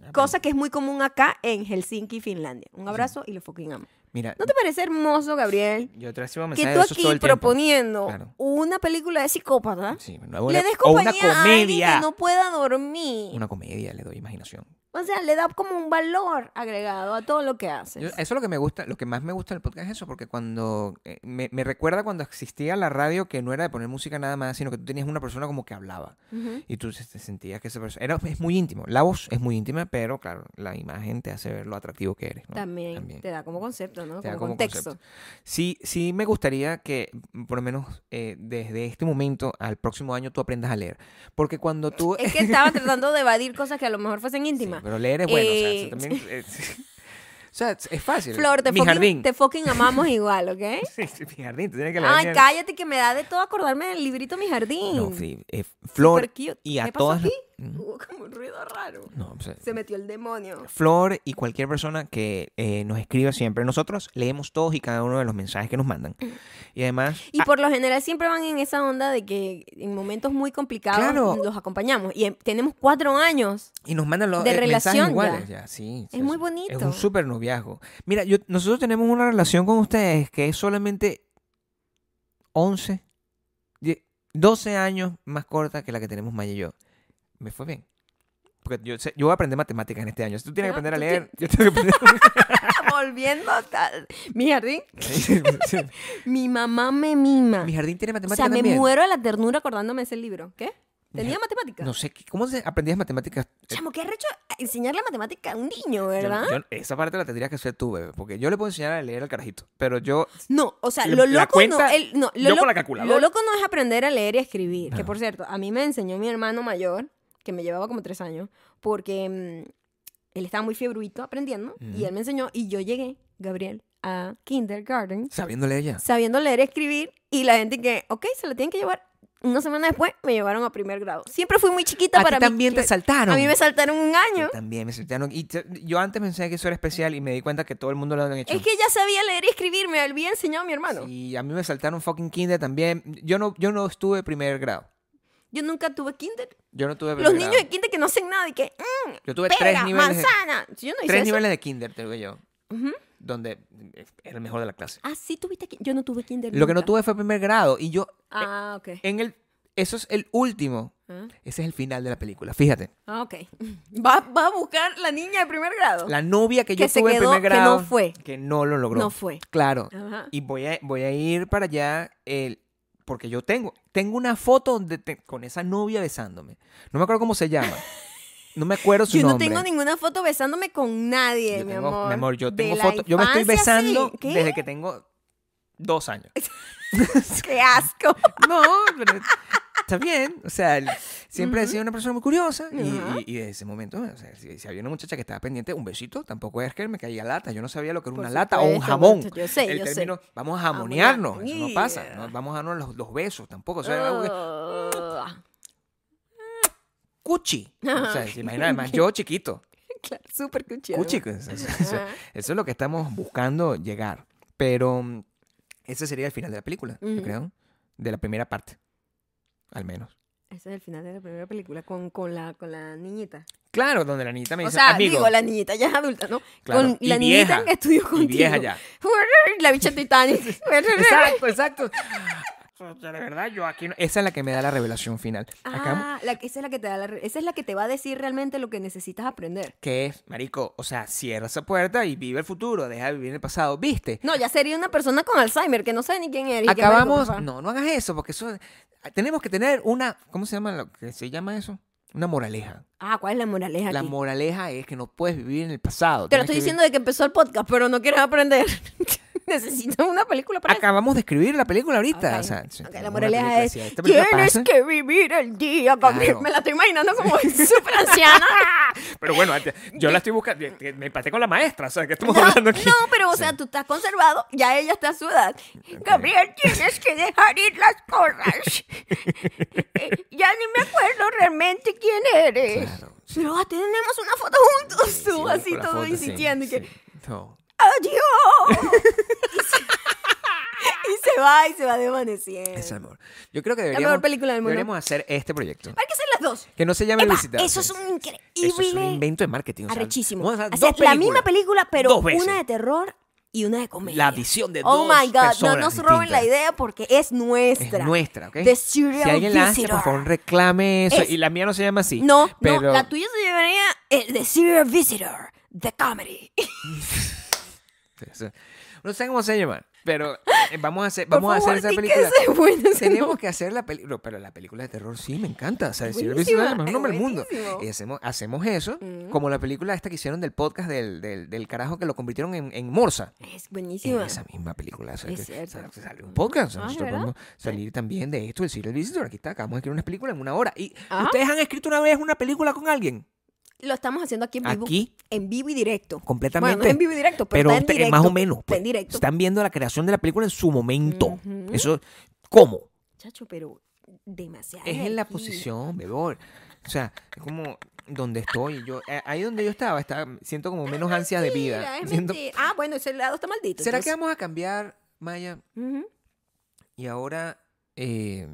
Speaker 2: Ah,
Speaker 1: cosa que es muy común acá en Helsinki, Finlandia. Un abrazo y lo fucking amo.
Speaker 2: Mira,
Speaker 1: ¿No te parece hermoso, Gabriel,
Speaker 2: yo te recibo mensajes
Speaker 1: que
Speaker 2: de
Speaker 1: tú
Speaker 2: esos todo
Speaker 1: aquí
Speaker 2: el tiempo.
Speaker 1: proponiendo
Speaker 2: Claro.
Speaker 1: una película de psicópata
Speaker 2: Sí, bueno, una-
Speaker 1: le des
Speaker 2: o una
Speaker 1: compañía a alguien
Speaker 2: comedia.
Speaker 1: que no pueda dormir?
Speaker 2: Una comedia, le doy imaginación.
Speaker 1: O sea, le da como un valor agregado a todo lo que haces.
Speaker 2: Yo- eh, eso es lo que me gusta, lo que más me gusta del podcast es eso, porque cuando eh, me, me recuerda cuando existía la radio que no era de poner música nada más, sino que tú tenías una persona como que hablaba
Speaker 1: Ujú.
Speaker 2: y tú se- te sentías que esa persona era es muy íntimo, la voz es muy íntima, pero claro, la imagen te hace ver lo atractivo que eres. ¿no?
Speaker 1: También, te da como concepto, ¿no?
Speaker 2: Te da
Speaker 1: Como,
Speaker 2: como
Speaker 1: contexto.
Speaker 2: Sí, sí me gustaría que mm, por lo menos eh, desde este momento al próximo año tú aprendas a leer, porque cuando tú
Speaker 1: Es que estaba tratando de evadir cosas que a lo mejor fuesen
Speaker 2: Sí,
Speaker 1: íntimas.
Speaker 2: pero leer es bueno, o sea,
Speaker 1: Eh,
Speaker 2: eso también es- o sea, es es fácil.
Speaker 1: Flor, te
Speaker 2: mi jardín.
Speaker 1: fucking, te fucking amamos igual, ¿ok?
Speaker 2: Sí, sí, mi Este jardín, tú tienes que leer. mi
Speaker 1: Ay,
Speaker 2: jardín.
Speaker 1: cállate que me da de todo acordarme del librito Mi Jardín.
Speaker 2: No, sí, eh, Flor
Speaker 1: Súper cute.
Speaker 2: y a
Speaker 1: ¿Qué pasó
Speaker 2: todas.
Speaker 1: aquí?
Speaker 2: Mm,
Speaker 1: Hubo como un ruido raro.
Speaker 2: no, o sea,
Speaker 1: Se metió el demonio.
Speaker 2: Flor y cualquier persona que eh, nos escriba siempre. Nosotros leemos todos y cada uno de los mensajes que nos mandan.
Speaker 1: Mm.
Speaker 2: Y además.
Speaker 1: Y
Speaker 2: ah,
Speaker 1: por lo general siempre van en esa onda de que en momentos muy complicados
Speaker 2: Claro.
Speaker 1: los acompañamos. Y em- tenemos cuatro años.
Speaker 2: y nos mandan los
Speaker 1: de
Speaker 2: eh, mensajes
Speaker 1: relación
Speaker 2: iguales.
Speaker 1: ya.
Speaker 2: ya, sí,
Speaker 1: Es muy bonito.
Speaker 2: Es un súper noviazgo. Mira, yo, nosotros tenemos una relación con ustedes que es solamente 11, 10, 12 años más corta que la que tenemos Maya y yo. Me fue bien. Porque yo, sé- yo voy a aprender matemáticas en este año. Si tú tienes
Speaker 1: No,
Speaker 2: que aprender a
Speaker 1: Ah, tú
Speaker 2: leer, yo tengo que aprender.
Speaker 1: Volviendo a Mi Jardín.
Speaker 2: Sí, sí.
Speaker 1: Mi mamá me mima.
Speaker 2: Mi jardín tiene
Speaker 1: O
Speaker 2: matemáticas
Speaker 1: sea, me
Speaker 2: también.
Speaker 1: muero de la ternura acordándome de ese libro. ¿Qué?
Speaker 2: Mi
Speaker 1: ¿Tenía
Speaker 2: jar-
Speaker 1: matemáticas?
Speaker 2: No sé, ¿qué- ¿cómo se aprendías matemáticas? Eh,
Speaker 1: Chamo, qué arrecho enseñarle matemática a un niño,
Speaker 2: yo-
Speaker 1: ¿verdad?
Speaker 2: yo- esa parte la tendrías que hacer tú, bebé, porque yo le puedo enseñar a leer al carajito, pero yo...
Speaker 1: No, o sea,
Speaker 2: Le-
Speaker 1: lo
Speaker 2: la
Speaker 1: loco no,
Speaker 2: cuenta,
Speaker 1: el- no, lo,
Speaker 2: yo con
Speaker 1: lo-
Speaker 2: la calculadora.
Speaker 1: lo loco no es aprender a leer y a escribir. Que
Speaker 2: Ah.
Speaker 1: por cierto, a mí me enseñó mi hermano mayor, que me llevaba como tres años, porque mm, él estaba muy fiebruito aprendiendo y
Speaker 2: Ujú.
Speaker 1: él me enseñó y yo llegué, Gabriel, a kindergarten
Speaker 2: Sabiendo leer ya.
Speaker 1: sabiendo leer y escribir y la gente que, ok, se lo tienen que llevar. Una semana después me llevaron a primer grado. Siempre fui muy chiquita
Speaker 2: A ti
Speaker 1: para mí.
Speaker 2: también te
Speaker 1: claro.
Speaker 2: saltaron.
Speaker 1: A mí me saltaron un
Speaker 2: Yo
Speaker 1: año.
Speaker 2: También me saltaron. Y te- yo antes pensé que eso era especial y me di cuenta que todo el mundo lo había hecho.
Speaker 1: Es que ya sabía leer y escribir, me había enseñado mi hermano.
Speaker 2: Y a mí me saltaron fucking kinder también. Yo no, yo no estuve primer grado.
Speaker 1: Yo nunca tuve kinder.
Speaker 2: Yo no tuve primer
Speaker 1: Los niños
Speaker 2: grado.
Speaker 1: de kinder que no hacen nada y que, "Mm,
Speaker 2: Yo tuve
Speaker 1: pera,
Speaker 2: tres niveles, de,
Speaker 1: manzana. Yo no hice
Speaker 2: tres
Speaker 1: eso.
Speaker 2: niveles de kinder, te digo yo.
Speaker 1: Ujú.
Speaker 2: Donde eh, era el mejor de la clase.
Speaker 1: Ah, sí tuviste kinder. Yo no tuve kinder
Speaker 2: Lo que no
Speaker 1: nunca.
Speaker 2: tuve fue primer grado. Y yo,
Speaker 1: Ah, ok.
Speaker 2: en el... Eso es el último.
Speaker 1: Ah.
Speaker 2: Ese es el final de la película. Fíjate.
Speaker 1: Ah, ok. Va, va a buscar la niña de primer grado.
Speaker 2: La novia que yo
Speaker 1: Que se
Speaker 2: tuve en
Speaker 1: quedó,
Speaker 2: primer
Speaker 1: que no
Speaker 2: grado.
Speaker 1: fue.
Speaker 2: Que no lo logró.
Speaker 1: No fue.
Speaker 2: Claro.
Speaker 1: Ajá.
Speaker 2: Y voy a, voy a ir para allá el, porque yo tengo, tengo una foto donde te- con esa novia besándome. No me acuerdo cómo se llama. No me acuerdo su
Speaker 1: Yo no
Speaker 2: nombre.
Speaker 1: tengo ninguna foto besándome con nadie,
Speaker 2: Yo
Speaker 1: mi
Speaker 2: tengo-
Speaker 1: amor.
Speaker 2: yo
Speaker 1: De
Speaker 2: tengo
Speaker 1: la
Speaker 2: fotos. Yo me estoy
Speaker 1: infancia, sí.
Speaker 2: besando
Speaker 1: ¿Qué?
Speaker 2: desde que tengo dos años.
Speaker 1: Qué asco.
Speaker 2: No, pero está bien. O sea, el- Siempre he sido una persona muy curiosa. y-
Speaker 1: Ajá.
Speaker 2: Y, y desde ese momento, o sea, si, si había una muchacha que estaba pendiente, un besito, tampoco es que me caía lata. Yo no sabía lo que era
Speaker 1: Por
Speaker 2: una lata o un
Speaker 1: supuesto,
Speaker 2: jamón.
Speaker 1: Nacho, yo sé,
Speaker 2: El
Speaker 1: yo sé. Ah,
Speaker 2: término, vamos a jamonearnos.
Speaker 1: Jamonear.
Speaker 2: Eso no pasa.
Speaker 1: Yeah.
Speaker 2: No, vamos a darnos los, los besos tampoco. O sea,
Speaker 1: Oh.
Speaker 2: era algo que-
Speaker 1: Ah,
Speaker 2: cuchi. O sea, se imagina, además yo chiquito.
Speaker 1: claro, súper cuchi.
Speaker 2: Cuchi.
Speaker 1: además.
Speaker 2: o sea, o sea,
Speaker 1: Ajá.
Speaker 2: Eso es lo que estamos buscando llegar. Pero mm, ese sería el final de la película, yo
Speaker 1: Ujú.
Speaker 2: creo. De la primera parte. Al menos.
Speaker 1: Ese es el final de la primera película con, con, la, con la niñita.
Speaker 2: Claro, donde la niñita me
Speaker 1: O
Speaker 2: dice,
Speaker 1: sea,
Speaker 2: amigo.
Speaker 1: digo, la niñita ya es adulta, ¿no?
Speaker 2: Claro,
Speaker 1: Con
Speaker 2: y
Speaker 1: la
Speaker 2: vieja,
Speaker 1: niñita que estudió
Speaker 2: y
Speaker 1: contigo.
Speaker 2: vieja ya.
Speaker 1: La bicha Titanic.
Speaker 2: Exacto, exacto. O sea, De verdad, yo aquí no- Esa es la que me da la revelación final. Acá,
Speaker 1: Ah, la- esa es la que te da la re- esa es la que te va a decir realmente lo que necesitas aprender.
Speaker 2: que es, marico, o sea, cierra esa puerta y vive el futuro, deja de vivir el pasado, ¿viste?
Speaker 1: No, ya sería una persona con Alzheimer que no sabe ni quién eres. y que, marico,
Speaker 2: Acabamos,
Speaker 1: por favor.
Speaker 2: no, no hagas eso, porque eso, tenemos que tener una, ¿cómo se llama lo que se llama eso? Una moraleja.
Speaker 1: Ah, ¿cuál es la moraleja
Speaker 2: La
Speaker 1: aquí?
Speaker 2: moraleja es que no puedes vivir en el pasado.
Speaker 1: Te lo
Speaker 2: tienes
Speaker 1: estoy
Speaker 2: que vivir-
Speaker 1: diciendo de que empezó el podcast, pero no quieres aprender. Necesitas una película para
Speaker 2: Acabamos de escribir la película
Speaker 1: eso.
Speaker 2: ahorita.
Speaker 1: Ok,
Speaker 2: o sea,
Speaker 1: ok,
Speaker 2: tenemos
Speaker 1: la
Speaker 2: una
Speaker 1: moraleja
Speaker 2: película,
Speaker 1: es,
Speaker 2: si esta película
Speaker 1: tienes
Speaker 2: pasa-
Speaker 1: que vivir el día con
Speaker 2: Claro.
Speaker 1: Me la estoy imaginando como súper anciana.
Speaker 2: Pero bueno, antes- yo la estoy buscando. eh, Me empaté con la maestra. O sea, que estamos
Speaker 1: No,
Speaker 2: hablando aquí?
Speaker 1: no, pero o sea, tú estás conservado, ya ella está a su edad. Gabriel, tienes que dejar ir las cosas. Eh, ya ni me acuerdo realmente quién eres.
Speaker 2: Claro,
Speaker 1: Pero ah, tenemos una foto juntos,
Speaker 2: Sí,
Speaker 1: tú
Speaker 2: con
Speaker 1: así
Speaker 2: la
Speaker 1: todo
Speaker 2: foto, sí,
Speaker 1: insistiendo y que Eh,
Speaker 2: sí. No.
Speaker 1: ¡Adiós! y, se, y se va y se va desvaneciendo.
Speaker 2: Es amor. Yo creo que
Speaker 1: mejor
Speaker 2: deberíamos,
Speaker 1: película del mundo.
Speaker 2: deberíamos hacer este proyecto.
Speaker 1: Hay que hacer las dos.
Speaker 2: Que no se llame
Speaker 1: Epa,
Speaker 2: Visitar. pues.
Speaker 1: eso es un increíble.
Speaker 2: Eso es un invento de marketing. o sea,
Speaker 1: arrechísimo.
Speaker 2: vamos a hacer
Speaker 1: Hacer
Speaker 2: dos
Speaker 1: la
Speaker 2: películas.
Speaker 1: misma película, pero
Speaker 2: Dos veces.
Speaker 1: una de terror y una de comedia.
Speaker 2: La visión de
Speaker 1: Oh
Speaker 2: dos
Speaker 1: my God, no
Speaker 2: personas
Speaker 1: nos roben la
Speaker 2: distintas.
Speaker 1: idea porque es
Speaker 2: Es
Speaker 1: nuestra.
Speaker 2: nuestra, ¿ok?
Speaker 1: The Serial
Speaker 2: si alguien la hace,
Speaker 1: Visitor.
Speaker 2: por favor, reclame eso.
Speaker 1: Es-
Speaker 2: Y la mía no se llama así.
Speaker 1: No,
Speaker 2: pero...
Speaker 1: no, la tuya se llamaría eh, The Serial Visitor, The Comedy.
Speaker 2: O sea, No sé cómo se llama, pero eh, vamos a hacer, vamos a hacer esa película.
Speaker 1: Es buena, ese
Speaker 2: Tenemos
Speaker 1: nombre.
Speaker 2: que hacer la película. pero la película de terror sí me encanta. O sea, decir,
Speaker 1: Buenísima,
Speaker 2: es el mejor nombre del mundo.
Speaker 1: buenísimo. Mm.
Speaker 2: Y hacemos, hacemos eso, como la película esta que hicieron del podcast del, del, del carajo que lo convirtieron en, en Morsa.
Speaker 1: Es
Speaker 2: En
Speaker 1: buenísima.
Speaker 2: esa misma película. o sea,
Speaker 1: Es
Speaker 2: que
Speaker 1: cierto.
Speaker 2: sal- se sale un podcast. o sea,
Speaker 1: Ah, ¿de
Speaker 2: nosotros
Speaker 1: verdad?
Speaker 2: podemos salir también de esto, decir el visitor. Aquí está, acabamos de escribir una película en una hora. ¿Y
Speaker 1: Ajá.
Speaker 2: ustedes han escrito una vez una película con alguien?
Speaker 1: Lo estamos haciendo aquí en vivo.
Speaker 2: Aquí.
Speaker 1: En vivo y directo.
Speaker 2: Completamente.
Speaker 1: Bueno, no es en vivo y directo, pero, está en
Speaker 2: te- eh,
Speaker 1: directo.
Speaker 2: más o menos.
Speaker 1: Está
Speaker 2: pues,
Speaker 1: en directo.
Speaker 2: Están viendo la creación de la película en su momento.
Speaker 1: Ujú.
Speaker 2: Eso, ¿cómo?
Speaker 1: Chacho, pero demasiado.
Speaker 2: Es en la
Speaker 1: aquí.
Speaker 2: posición, bebor. O sea, es como donde estoy. Yo, eh, ahí donde yo estaba, estaba siento como menos ansia de vida.
Speaker 1: Mira, es
Speaker 2: Siento-
Speaker 1: Ah, mentira. Ah, bueno, ese lado está maldito.
Speaker 2: ¿Será que
Speaker 1: entonces.
Speaker 2: vamos a cambiar, Maya?
Speaker 1: Ujú.
Speaker 2: Y ahora eh,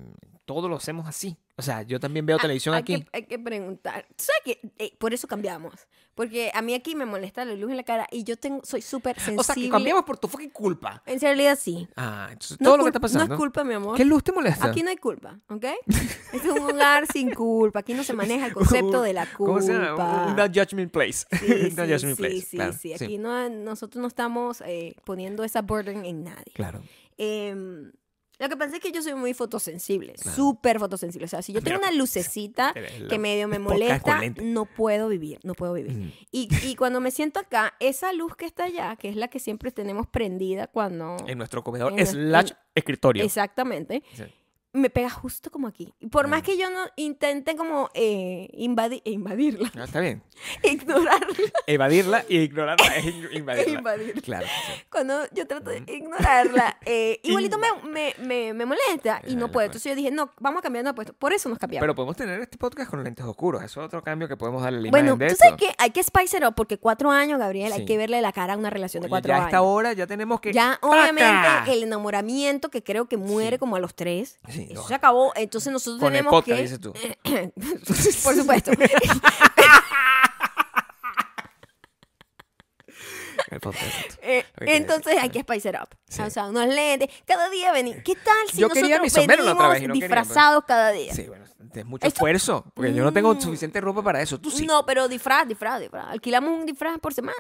Speaker 2: todo lo hacemos así. O sea, yo también veo televisión
Speaker 1: Ah, hay
Speaker 2: aquí.
Speaker 1: Que, hay que preguntar. ¿Tú ¿Sabes qué? Eh, por eso cambiamos. Porque a mí aquí me molesta la luz en la cara y yo tengo, soy súper sensible.
Speaker 2: o sea, que cambiamos por tu fucking culpa.
Speaker 1: En realidad sí.
Speaker 2: Ah, entonces
Speaker 1: No
Speaker 2: todo
Speaker 1: es
Speaker 2: lo que
Speaker 1: cul-
Speaker 2: está pasando.
Speaker 1: No es culpa, mi amor.
Speaker 2: ¿Qué luz te molesta?
Speaker 1: Aquí no hay culpa, ¿ok? Este es un hogar sin culpa. Aquí no se maneja el concepto de la culpa.
Speaker 2: ¿Cómo se llama? Un- un No judgment place.
Speaker 1: Sí,
Speaker 2: no
Speaker 1: sí,
Speaker 2: judgment
Speaker 1: sí,
Speaker 2: place.
Speaker 1: sí,
Speaker 2: claro,
Speaker 1: sí. Aquí no, nosotros no estamos eh, poniendo esa burden en nadie.
Speaker 2: Claro.
Speaker 1: Em, lo que pasa es que yo soy muy fotosensible,
Speaker 2: Claro. Ah,
Speaker 1: súper fotosensible. O sea, si yo tengo
Speaker 2: Mira, pues,
Speaker 1: una lucecita
Speaker 2: te ves
Speaker 1: que
Speaker 2: la-
Speaker 1: medio me
Speaker 2: el podcast con
Speaker 1: molesta,
Speaker 2: lente. Mm.
Speaker 1: no puedo vivir, no puedo vivir.
Speaker 2: Ujú.
Speaker 1: Y, y cuando me siento acá, esa luz que está allá, que es la que siempre tenemos prendida cuando...
Speaker 2: En nuestro comedor
Speaker 1: En nuestro-
Speaker 2: slash escritorio.
Speaker 1: Exactamente.
Speaker 2: Sí. Mm.
Speaker 1: Me pega justo como aquí. Y Por más que yo no intente como eh, invadi- invadirla,
Speaker 2: No, Ah, está bien.
Speaker 1: ignorarla, e
Speaker 2: Evadirla y ignorarla es in- invadirla.
Speaker 1: Invadirla.
Speaker 2: Claro. sí.
Speaker 1: cuando yo trato de ignorarla, eh, igualito me, me, me- me molesta y no
Speaker 2: Invadirla,
Speaker 1: puedo.
Speaker 2: pues.
Speaker 1: Entonces yo dije, no, vamos a cambiar de apuesto. Por eso nos cambiamos.
Speaker 2: Pero podemos tener este podcast con lentes oscuros. Eso es otro cambio que podemos darle a la
Speaker 1: Bueno,
Speaker 2: imagen de
Speaker 1: tú
Speaker 2: esto.
Speaker 1: sabes que hay que spice it up porque cuatro años, Gabriel, hay
Speaker 2: Sí.
Speaker 1: que verle la cara a una relación de
Speaker 2: Oye,
Speaker 1: cuatro
Speaker 2: ya a
Speaker 1: años.
Speaker 2: esta hora ya tenemos que.
Speaker 1: Ya,
Speaker 2: ¡Paca!
Speaker 1: obviamente, el enamoramiento que creo que muere como a los tres.
Speaker 2: Sí,
Speaker 1: eso
Speaker 2: no.
Speaker 1: se acabó. Entonces nosotros
Speaker 2: Con el
Speaker 1: tenemos
Speaker 2: podcast,
Speaker 1: que.
Speaker 2: dices tú.
Speaker 1: Por supuesto. Eh,
Speaker 2: El podcast.
Speaker 1: Eh,
Speaker 2: Lo que quería
Speaker 1: entonces hay que spice it up. O sea, unos lentes. Cada día venir. ¿Qué tal si
Speaker 2: Yo quería
Speaker 1: nosotros
Speaker 2: mis sombreros la otra
Speaker 1: venimos
Speaker 2: vez y no quería, pues. pero-
Speaker 1: disfrazados cada día?
Speaker 2: Sí, bueno, es mucho
Speaker 1: Esto-
Speaker 2: esfuerzo. Porque yo no tengo
Speaker 1: Mm.
Speaker 2: suficiente ropa para eso. Tú sí.
Speaker 1: No, pero disfraz, disfraz, disfraz. Alquilamos un disfraz por semana.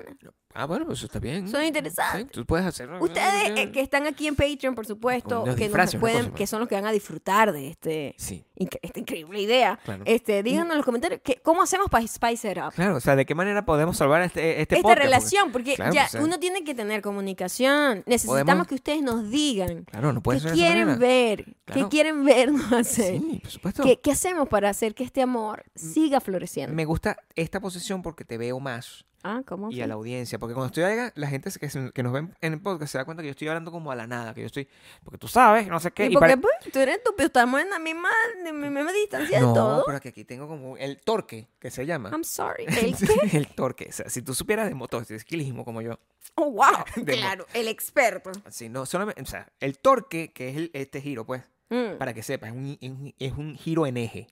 Speaker 2: Ah, bueno, pues eso está bien.
Speaker 1: Son interesantes.
Speaker 2: Sí, tú puedes hacerlo.
Speaker 1: Ustedes eh, que están eh, aquí en Patreon, por supuesto,
Speaker 2: Con los
Speaker 1: que, nos
Speaker 2: Ah. disfraces, una
Speaker 1: pueden,
Speaker 2: cosa, pues.
Speaker 1: que son los que van a disfrutar de este,
Speaker 2: Sí.
Speaker 1: Incre- esta increíble idea.
Speaker 2: Claro. Mm.
Speaker 1: Este, díganos en los comentarios que, cómo hacemos para spice it up.
Speaker 2: Claro, o sea, ¿de qué manera podemos salvar este, este
Speaker 1: Esta
Speaker 2: podcast? Porque-
Speaker 1: relación, porque
Speaker 2: Claro,
Speaker 1: ya
Speaker 2: o sea,
Speaker 1: uno tiene que tener comunicación. Necesitamos
Speaker 2: Podemos-
Speaker 1: que ustedes nos digan
Speaker 2: Claro, no puede
Speaker 1: qué
Speaker 2: ser de esa
Speaker 1: quieren
Speaker 2: manera.
Speaker 1: ver, qué
Speaker 2: Claro.
Speaker 1: quieren vernos hacer.
Speaker 2: Sí, por supuesto.
Speaker 1: ¿Qué, qué hacemos para hacer que este amor siga floreciendo?
Speaker 2: Mm. Me gusta esta posición porque te veo más
Speaker 1: Ah, ¿cómo?
Speaker 2: y a
Speaker 1: fue?
Speaker 2: la audiencia. Porque cuando estoy acá, la gente que, se- que nos ven en el podcast se da cuenta que yo estoy hablando como a la nada, que yo estoy. Porque tú sabes, no sé qué.
Speaker 1: ¿Y
Speaker 2: y
Speaker 1: por qué,
Speaker 2: pare-
Speaker 1: pues? Tú eres estúpido, estamos en la misma, en la misma distancia de
Speaker 2: No,
Speaker 1: todo.
Speaker 2: pero que aquí tengo como el torque, que se llama.
Speaker 1: I'm sorry. ¿El
Speaker 2: Sí,
Speaker 1: qué?
Speaker 2: el torque. O sea, si tú supieras de motociclismo como yo.
Speaker 1: Oh, wow.
Speaker 2: De mo-
Speaker 1: Claro, el experto.
Speaker 2: Así, no, solamente, o sea, el torque, que es el- este giro, pues,
Speaker 1: Mm.
Speaker 2: para que sepas, es un, es un- es un giro en eje.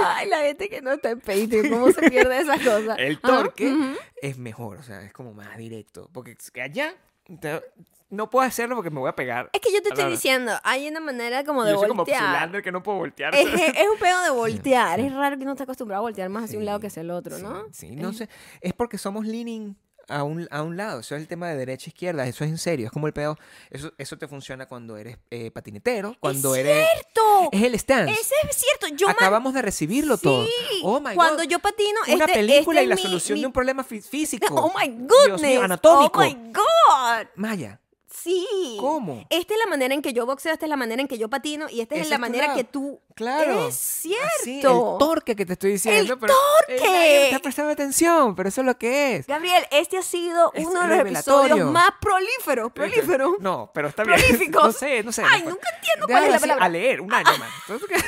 Speaker 1: Ay, la gente que no está en Patreon, ¿cómo se pierde esa cosa?
Speaker 2: El
Speaker 1: Ajá,
Speaker 2: torque
Speaker 1: ujú.
Speaker 2: es mejor, o sea, es como más directo. Porque es que allá te- no puedo hacerlo porque me voy a pegar.
Speaker 1: Es que yo te estoy
Speaker 2: Ahora,
Speaker 1: diciendo, hay una manera como de
Speaker 2: Yo soy como
Speaker 1: voltear.
Speaker 2: Zulander que no puedo voltear.
Speaker 1: es, es- es un pedo de voltear. Es raro que no esté acostumbrado a voltear más hacia un lado que hacia el otro,
Speaker 2: Sí,
Speaker 1: ¿no?
Speaker 2: Sí, no sé. Es porque somos leaning a un, a un lado. Eso es el tema de derecha izquierda. Eso es en serio. Es como el pedo. Eso, eso te funciona cuando eres eh, patinetero, cuando eres.
Speaker 1: ¡Cierto!
Speaker 2: Es el stance.
Speaker 1: Ese es cierto. Yo man-
Speaker 2: Acabamos de recibirlo todo.
Speaker 1: Sí.
Speaker 2: Oh my
Speaker 1: Cuando
Speaker 2: God.
Speaker 1: yo patino,
Speaker 2: Una
Speaker 1: este-
Speaker 2: película
Speaker 1: este
Speaker 2: y la
Speaker 1: es mi-
Speaker 2: solución
Speaker 1: mi-
Speaker 2: de un problema fí- físico.
Speaker 1: Oh my
Speaker 2: Dios mío,
Speaker 1: goodness.
Speaker 2: anatómico.
Speaker 1: Oh my God.
Speaker 2: Maya.
Speaker 1: Sí.
Speaker 2: ¿Cómo?
Speaker 1: Esta es la manera en que yo boxeo, esta es la manera en que yo patino y esta es
Speaker 2: Esa
Speaker 1: la
Speaker 2: es tu
Speaker 1: manera
Speaker 2: lado.
Speaker 1: que tú.
Speaker 2: Claro.
Speaker 1: Es
Speaker 2: Así,
Speaker 1: cierto.
Speaker 2: el torque que te estoy diciendo.
Speaker 1: ¡El
Speaker 2: pero-
Speaker 1: torque!
Speaker 2: Ey, nadie me está prestando atención, pero eso es lo que es.
Speaker 1: Gabriel, este ha sido
Speaker 2: Es
Speaker 1: uno de los
Speaker 2: revelatorio. Este,
Speaker 1: episodios más prolíferos. Prolíferos.
Speaker 2: No, pero está bien.
Speaker 1: Prolíficos.
Speaker 2: No sé, no sé.
Speaker 1: Ay,
Speaker 2: no-
Speaker 1: nunca entiendo cuál
Speaker 2: Déjalo
Speaker 1: es la
Speaker 2: así,
Speaker 1: palabra.
Speaker 2: A leer, un año más. Entonces, ¿qué?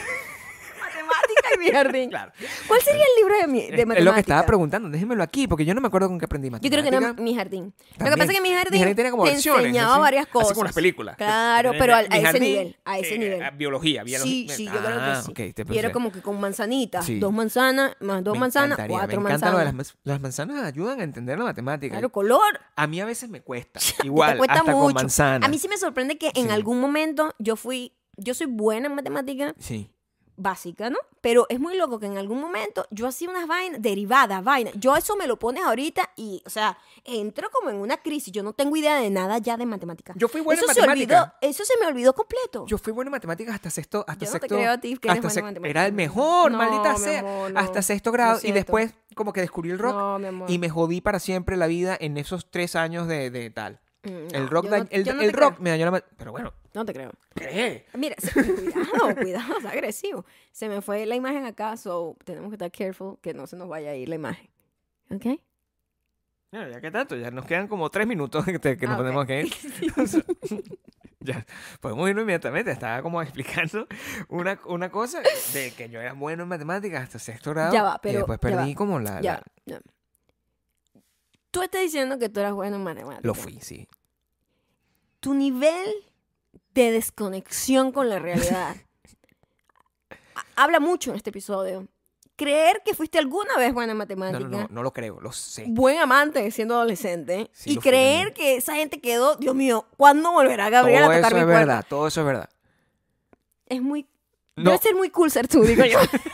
Speaker 1: Matemática y mi jardín.
Speaker 2: Claro.
Speaker 1: ¿Cuál sería el libro de, mi, de matemática?
Speaker 2: Es lo que estaba preguntando, déjenmelo aquí, porque yo no me acuerdo con qué aprendí
Speaker 1: Yo
Speaker 2: matemática.
Speaker 1: creo que era mi jardín. Lo que
Speaker 2: También.
Speaker 1: pasa es que mi
Speaker 2: Mi
Speaker 1: jardín,
Speaker 2: jardín tenía como
Speaker 1: te
Speaker 2: versiones,
Speaker 1: enseñaba
Speaker 2: así-
Speaker 1: varias
Speaker 2: así como
Speaker 1: cosas.
Speaker 2: las películas.
Speaker 1: Claro,
Speaker 2: Mi-
Speaker 1: pero al- a,
Speaker 2: mi
Speaker 1: ese
Speaker 2: jardín,
Speaker 1: nivel. A ese
Speaker 2: eh,
Speaker 1: nivel.
Speaker 2: a biología,
Speaker 1: Sí,
Speaker 2: biología.
Speaker 1: sí, yo creo que
Speaker 2: Ah,
Speaker 1: sí.
Speaker 2: ok, te
Speaker 1: y era
Speaker 2: pensé.
Speaker 1: como que con manzanitas.
Speaker 2: Sí.
Speaker 1: Dos manzanas, más dos
Speaker 2: Me
Speaker 1: manzanas,
Speaker 2: encantaría,
Speaker 1: cuatro
Speaker 2: me encanta
Speaker 1: manzanas.
Speaker 2: lo de las, mas- las manzanas ayudan a entender la matemática.
Speaker 1: Claro, color.
Speaker 2: A mí a veces me cuesta.
Speaker 1: Igual,
Speaker 2: Igual, hasta con manzanas.
Speaker 1: A mí sí me sorprende que en
Speaker 2: Sí.
Speaker 1: algún momento yo fui, yo soy buena en matemática
Speaker 2: Sí.
Speaker 1: básica, ¿no? Pero es muy loco que en algún momento yo hacía unas vainas, derivadas, vainas. Yo eso me lo pones ahorita y, o sea, entro como en una crisis. Yo no tengo idea de nada ya de matemática.
Speaker 2: Yo fui buena
Speaker 1: eso
Speaker 2: en
Speaker 1: se
Speaker 2: matemática.
Speaker 1: olvidó, eso se me olvidó completo.
Speaker 2: Yo fui bueno en matemáticas hasta sexto, hasta
Speaker 1: Yo no te
Speaker 2: sexto.
Speaker 1: creo a ti que eres bueno
Speaker 2: hasta
Speaker 1: en
Speaker 2: sec-
Speaker 1: matemáticas.
Speaker 2: Era el mejor,
Speaker 1: No,
Speaker 2: maldita
Speaker 1: mi
Speaker 2: sea.
Speaker 1: amor, no.
Speaker 2: Hasta sexto
Speaker 1: Lo
Speaker 2: grado. Y
Speaker 1: siento.
Speaker 2: después, como que descubrí el rock.
Speaker 1: No, mi amor.
Speaker 2: Y me jodí para siempre la vida en esos tres años de, de tal.
Speaker 1: Mm,
Speaker 2: el
Speaker 1: no,
Speaker 2: rock,
Speaker 1: yo
Speaker 2: da-
Speaker 1: no-
Speaker 2: el,
Speaker 1: yo no
Speaker 2: el
Speaker 1: te
Speaker 2: rock
Speaker 1: creo.
Speaker 2: me dañó la ma- Pero bueno,
Speaker 1: No te creo.
Speaker 2: ¿qué?
Speaker 1: Mira, se- cuidado, cuidado, es agresivo. Se me fue la imagen acá, so tenemos que estar careful que no se nos vaya a ir la imagen. ¿Ok?
Speaker 2: Ya, ya que tanto, ya nos quedan como tres minutos que, te- que nos
Speaker 1: Ah, ok.
Speaker 2: tenemos que ir. O sea, ya, podemos irnos inmediatamente. Estaba como explicando una, una cosa de que yo era bueno en matemáticas hasta sexto grado.
Speaker 1: Ya va,
Speaker 2: Y
Speaker 1: pero-
Speaker 2: después
Speaker 1: ya va.
Speaker 2: perdí como la.
Speaker 1: Ya,
Speaker 2: la-
Speaker 1: ya. Tú estás diciendo que tú eras bueno en matemáticas.
Speaker 2: Lo fui, sí.
Speaker 1: Tu nivel de desconexión con la realidad ha- habla mucho en este episodio. Creer que fuiste alguna vez buena en
Speaker 2: No,
Speaker 1: matemáticas,
Speaker 2: no, no, no lo creo, lo sé.
Speaker 1: buen amante siendo adolescente,
Speaker 2: Sí,
Speaker 1: y
Speaker 2: lo fui
Speaker 1: creer
Speaker 2: también.
Speaker 1: que esa gente quedó, Dios mío, ¿cuándo volverá Gabriel
Speaker 2: Todo
Speaker 1: a tocar
Speaker 2: eso
Speaker 1: mi
Speaker 2: es
Speaker 1: cuerpo?
Speaker 2: verdad, todo eso es verdad.
Speaker 1: Es muy.
Speaker 2: No.
Speaker 1: Debe ser muy cool ser tú, digo yo. Debe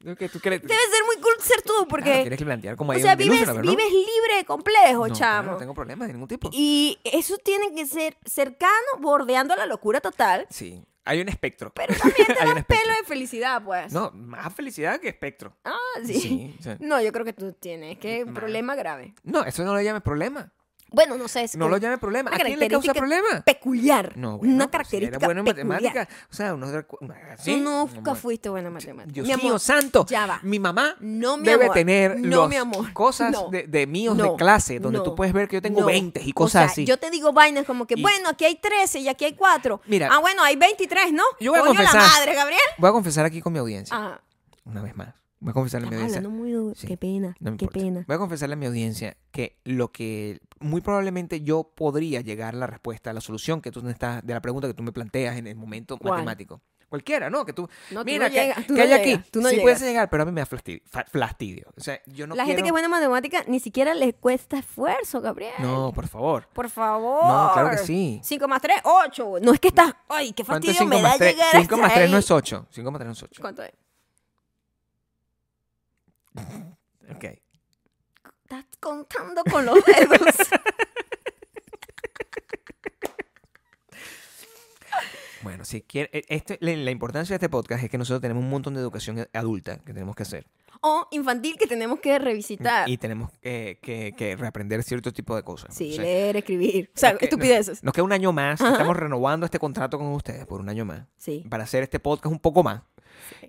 Speaker 2: Lo que tú crees?
Speaker 1: ser muy cool ser tú,
Speaker 2: Claro,
Speaker 1: porque.
Speaker 2: tienes que plantear como
Speaker 1: o
Speaker 2: ahí
Speaker 1: sea,
Speaker 2: un
Speaker 1: vives,
Speaker 2: delusional, ¿no?
Speaker 1: vives libre de complejo,
Speaker 2: No, claro,
Speaker 1: chamo.
Speaker 2: No tengo problemas de ningún tipo.
Speaker 1: Y eso tiene que ser cercano, bordeando la locura total,
Speaker 2: Sí, hay un espectro.
Speaker 1: pero también te
Speaker 2: Hay un
Speaker 1: da
Speaker 2: espectro.
Speaker 1: pelo de felicidad, pues.
Speaker 2: No, más felicidad que espectro.
Speaker 1: Ah, sí.
Speaker 2: Sí, o sea.
Speaker 1: No, yo creo que tú tienes que un problema grave.
Speaker 2: No, eso no lo llame problema.
Speaker 1: Bueno, no sé. Es
Speaker 2: No
Speaker 1: que
Speaker 2: lo llame problema.
Speaker 1: una
Speaker 2: ¿A quién le causa
Speaker 1: característica
Speaker 2: problema?
Speaker 1: Peculiar.
Speaker 2: No, bueno,
Speaker 1: una
Speaker 2: pero si
Speaker 1: característica
Speaker 2: Era bueno en
Speaker 1: peculiar.
Speaker 2: matemáticas. O sea, uno de cu- ¿sí?
Speaker 1: Tú
Speaker 2: No,
Speaker 1: nunca
Speaker 2: bueno.
Speaker 1: fuiste buena en matemáticas.
Speaker 2: Dios
Speaker 1: Mi amor,
Speaker 2: mío santo.
Speaker 1: Ya va.
Speaker 2: Mi mamá
Speaker 1: No, mi
Speaker 2: debe
Speaker 1: amor.
Speaker 2: tener
Speaker 1: No,
Speaker 2: los
Speaker 1: mi amor.
Speaker 2: cosas
Speaker 1: No.
Speaker 2: de, de míos
Speaker 1: No.
Speaker 2: de clase, donde
Speaker 1: No.
Speaker 2: tú puedes ver que yo tengo
Speaker 1: No.
Speaker 2: 20 y
Speaker 1: O
Speaker 2: cosas
Speaker 1: sea,
Speaker 2: así.
Speaker 1: Yo te digo vainas como que,
Speaker 2: Y-
Speaker 1: bueno, aquí hay 13 y aquí hay 4.
Speaker 2: Mira.
Speaker 1: ah, bueno, hay 23, ¿no?
Speaker 2: Yo voy a
Speaker 1: Coño, la
Speaker 2: confesar.
Speaker 1: madre, Gabriel.
Speaker 2: Voy a confesar aquí con mi audiencia.
Speaker 1: Ah,
Speaker 2: Una vez más. Voy a confesarle a mi
Speaker 1: estamos
Speaker 2: audiencia.
Speaker 1: hablando muy duro.
Speaker 2: Sí.
Speaker 1: Qué pena,
Speaker 2: No me
Speaker 1: qué
Speaker 2: importa.
Speaker 1: pena.
Speaker 2: Voy a confesarle a mi audiencia que lo que muy probablemente yo podría llegar a la respuesta, a la solución que tú me estás, de la pregunta que tú me planteas en el momento
Speaker 1: ¿Cuál?
Speaker 2: matemático. Cualquiera, ¿no? Que tú.
Speaker 1: No, tú
Speaker 2: mira,
Speaker 1: no
Speaker 2: que,
Speaker 1: llegas, tú
Speaker 2: que
Speaker 1: no
Speaker 2: hay aquí.
Speaker 1: llegas, tú no
Speaker 2: sí
Speaker 1: llegas.
Speaker 2: puedes llegar, pero a mí me da flasti- fa- flastidio. O sea, yo no
Speaker 1: la gente que es
Speaker 2: quiero-
Speaker 1: buena en matemática ni siquiera les cuesta esfuerzo, Gabriel.
Speaker 2: No, por favor.
Speaker 1: Por favor.
Speaker 2: No, claro que sí.
Speaker 1: 5 más 3, 8. No es que estás. Ay, qué
Speaker 2: ¿Cuánto es
Speaker 1: fastidio
Speaker 2: 5
Speaker 1: me da
Speaker 2: más 3?
Speaker 1: llegar
Speaker 2: 5
Speaker 1: hasta
Speaker 2: más 3 no
Speaker 1: ahí.
Speaker 2: es 8. 5 más 3 no es 8.
Speaker 1: ¿Cuánto es?
Speaker 2: Ok.
Speaker 1: Estás contando con los dedos.
Speaker 2: Bueno, si quiere, eh, este, la, la importancia de este podcast es que nosotros tenemos un montón de educación adulta que tenemos que hacer.
Speaker 1: O infantil que tenemos que revisitar.
Speaker 2: Y tenemos eh, que, que reaprender cierto tipo de cosas.
Speaker 1: sí,
Speaker 2: O sea,
Speaker 1: leer, escribir. O sea,
Speaker 2: es que-
Speaker 1: estupideces.
Speaker 2: Nos queda un año más. Estamos renovando este contrato con ustedes por un año más.
Speaker 1: Sí.
Speaker 2: Para hacer este podcast un poco más.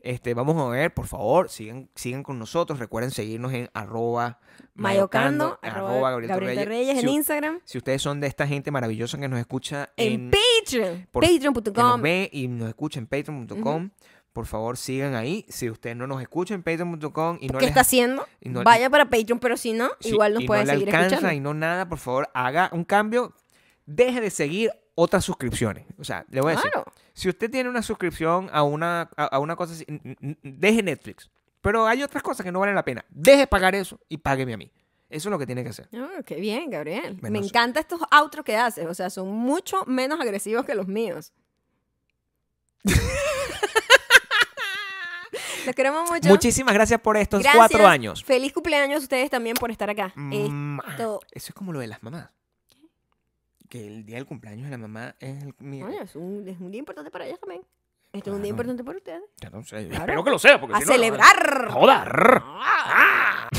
Speaker 2: Este, vamos a ver, por favor, sigan, sigan con nosotros. Recuerden seguirnos en arroba
Speaker 1: Mayocando,
Speaker 2: mayocando,
Speaker 1: arroba Gabriel Torreyes,
Speaker 2: Si,
Speaker 1: en Instagram.
Speaker 2: si ustedes son de esta gente maravillosa que nos escucha
Speaker 1: En
Speaker 2: en,
Speaker 1: Patreon.
Speaker 2: por- que nos
Speaker 1: Patreon.com.
Speaker 2: ve y nos escucha en patreon.com. Por favor, sigan ahí. Si ustedes no nos escuchan en patreon.com y no
Speaker 1: ¿Qué
Speaker 2: les
Speaker 1: está haciendo?
Speaker 2: y no-
Speaker 1: Vaya para Patreon, pero si no,
Speaker 2: Sí,
Speaker 1: igual nos
Speaker 2: y
Speaker 1: puede
Speaker 2: no le
Speaker 1: seguir
Speaker 2: alcanza
Speaker 1: escuchando.
Speaker 2: y no nada, por favor, haga un cambio. Deje de seguir otras suscripciones. O sea, le voy a decir,
Speaker 1: Claro.
Speaker 2: si usted tiene una suscripción a una, a, a una cosa así, n- n- deje Netflix. Pero hay otras cosas que no valen la pena. Deje pagar eso y págueme a mí. Eso es lo que tiene que hacer.
Speaker 1: Ah, qué bien, Gabriel. Me
Speaker 2: Menos-
Speaker 1: encantan estos outros que haces. O sea, son mucho menos agresivos que los míos. los queremos mucho.
Speaker 2: Muchísimas gracias por estos
Speaker 1: Gracias.
Speaker 2: cuatro años.
Speaker 1: Feliz cumpleaños a ustedes también por estar acá. Eh,
Speaker 2: Ma-
Speaker 1: esto-
Speaker 2: Eso es como lo de las mamás. Que el día del cumpleaños de la mamá es el
Speaker 1: coño,
Speaker 2: miércoles.
Speaker 1: es, un, es un día importante para ellas también. Esto es un día
Speaker 2: Claro.
Speaker 1: importante para ustedes.
Speaker 2: Ya no sé,
Speaker 1: Claro.
Speaker 2: Espero que lo sea. Porque
Speaker 1: A
Speaker 2: si no, no-
Speaker 1: celebrar.
Speaker 2: Joda. rrr.
Speaker 1: Ah.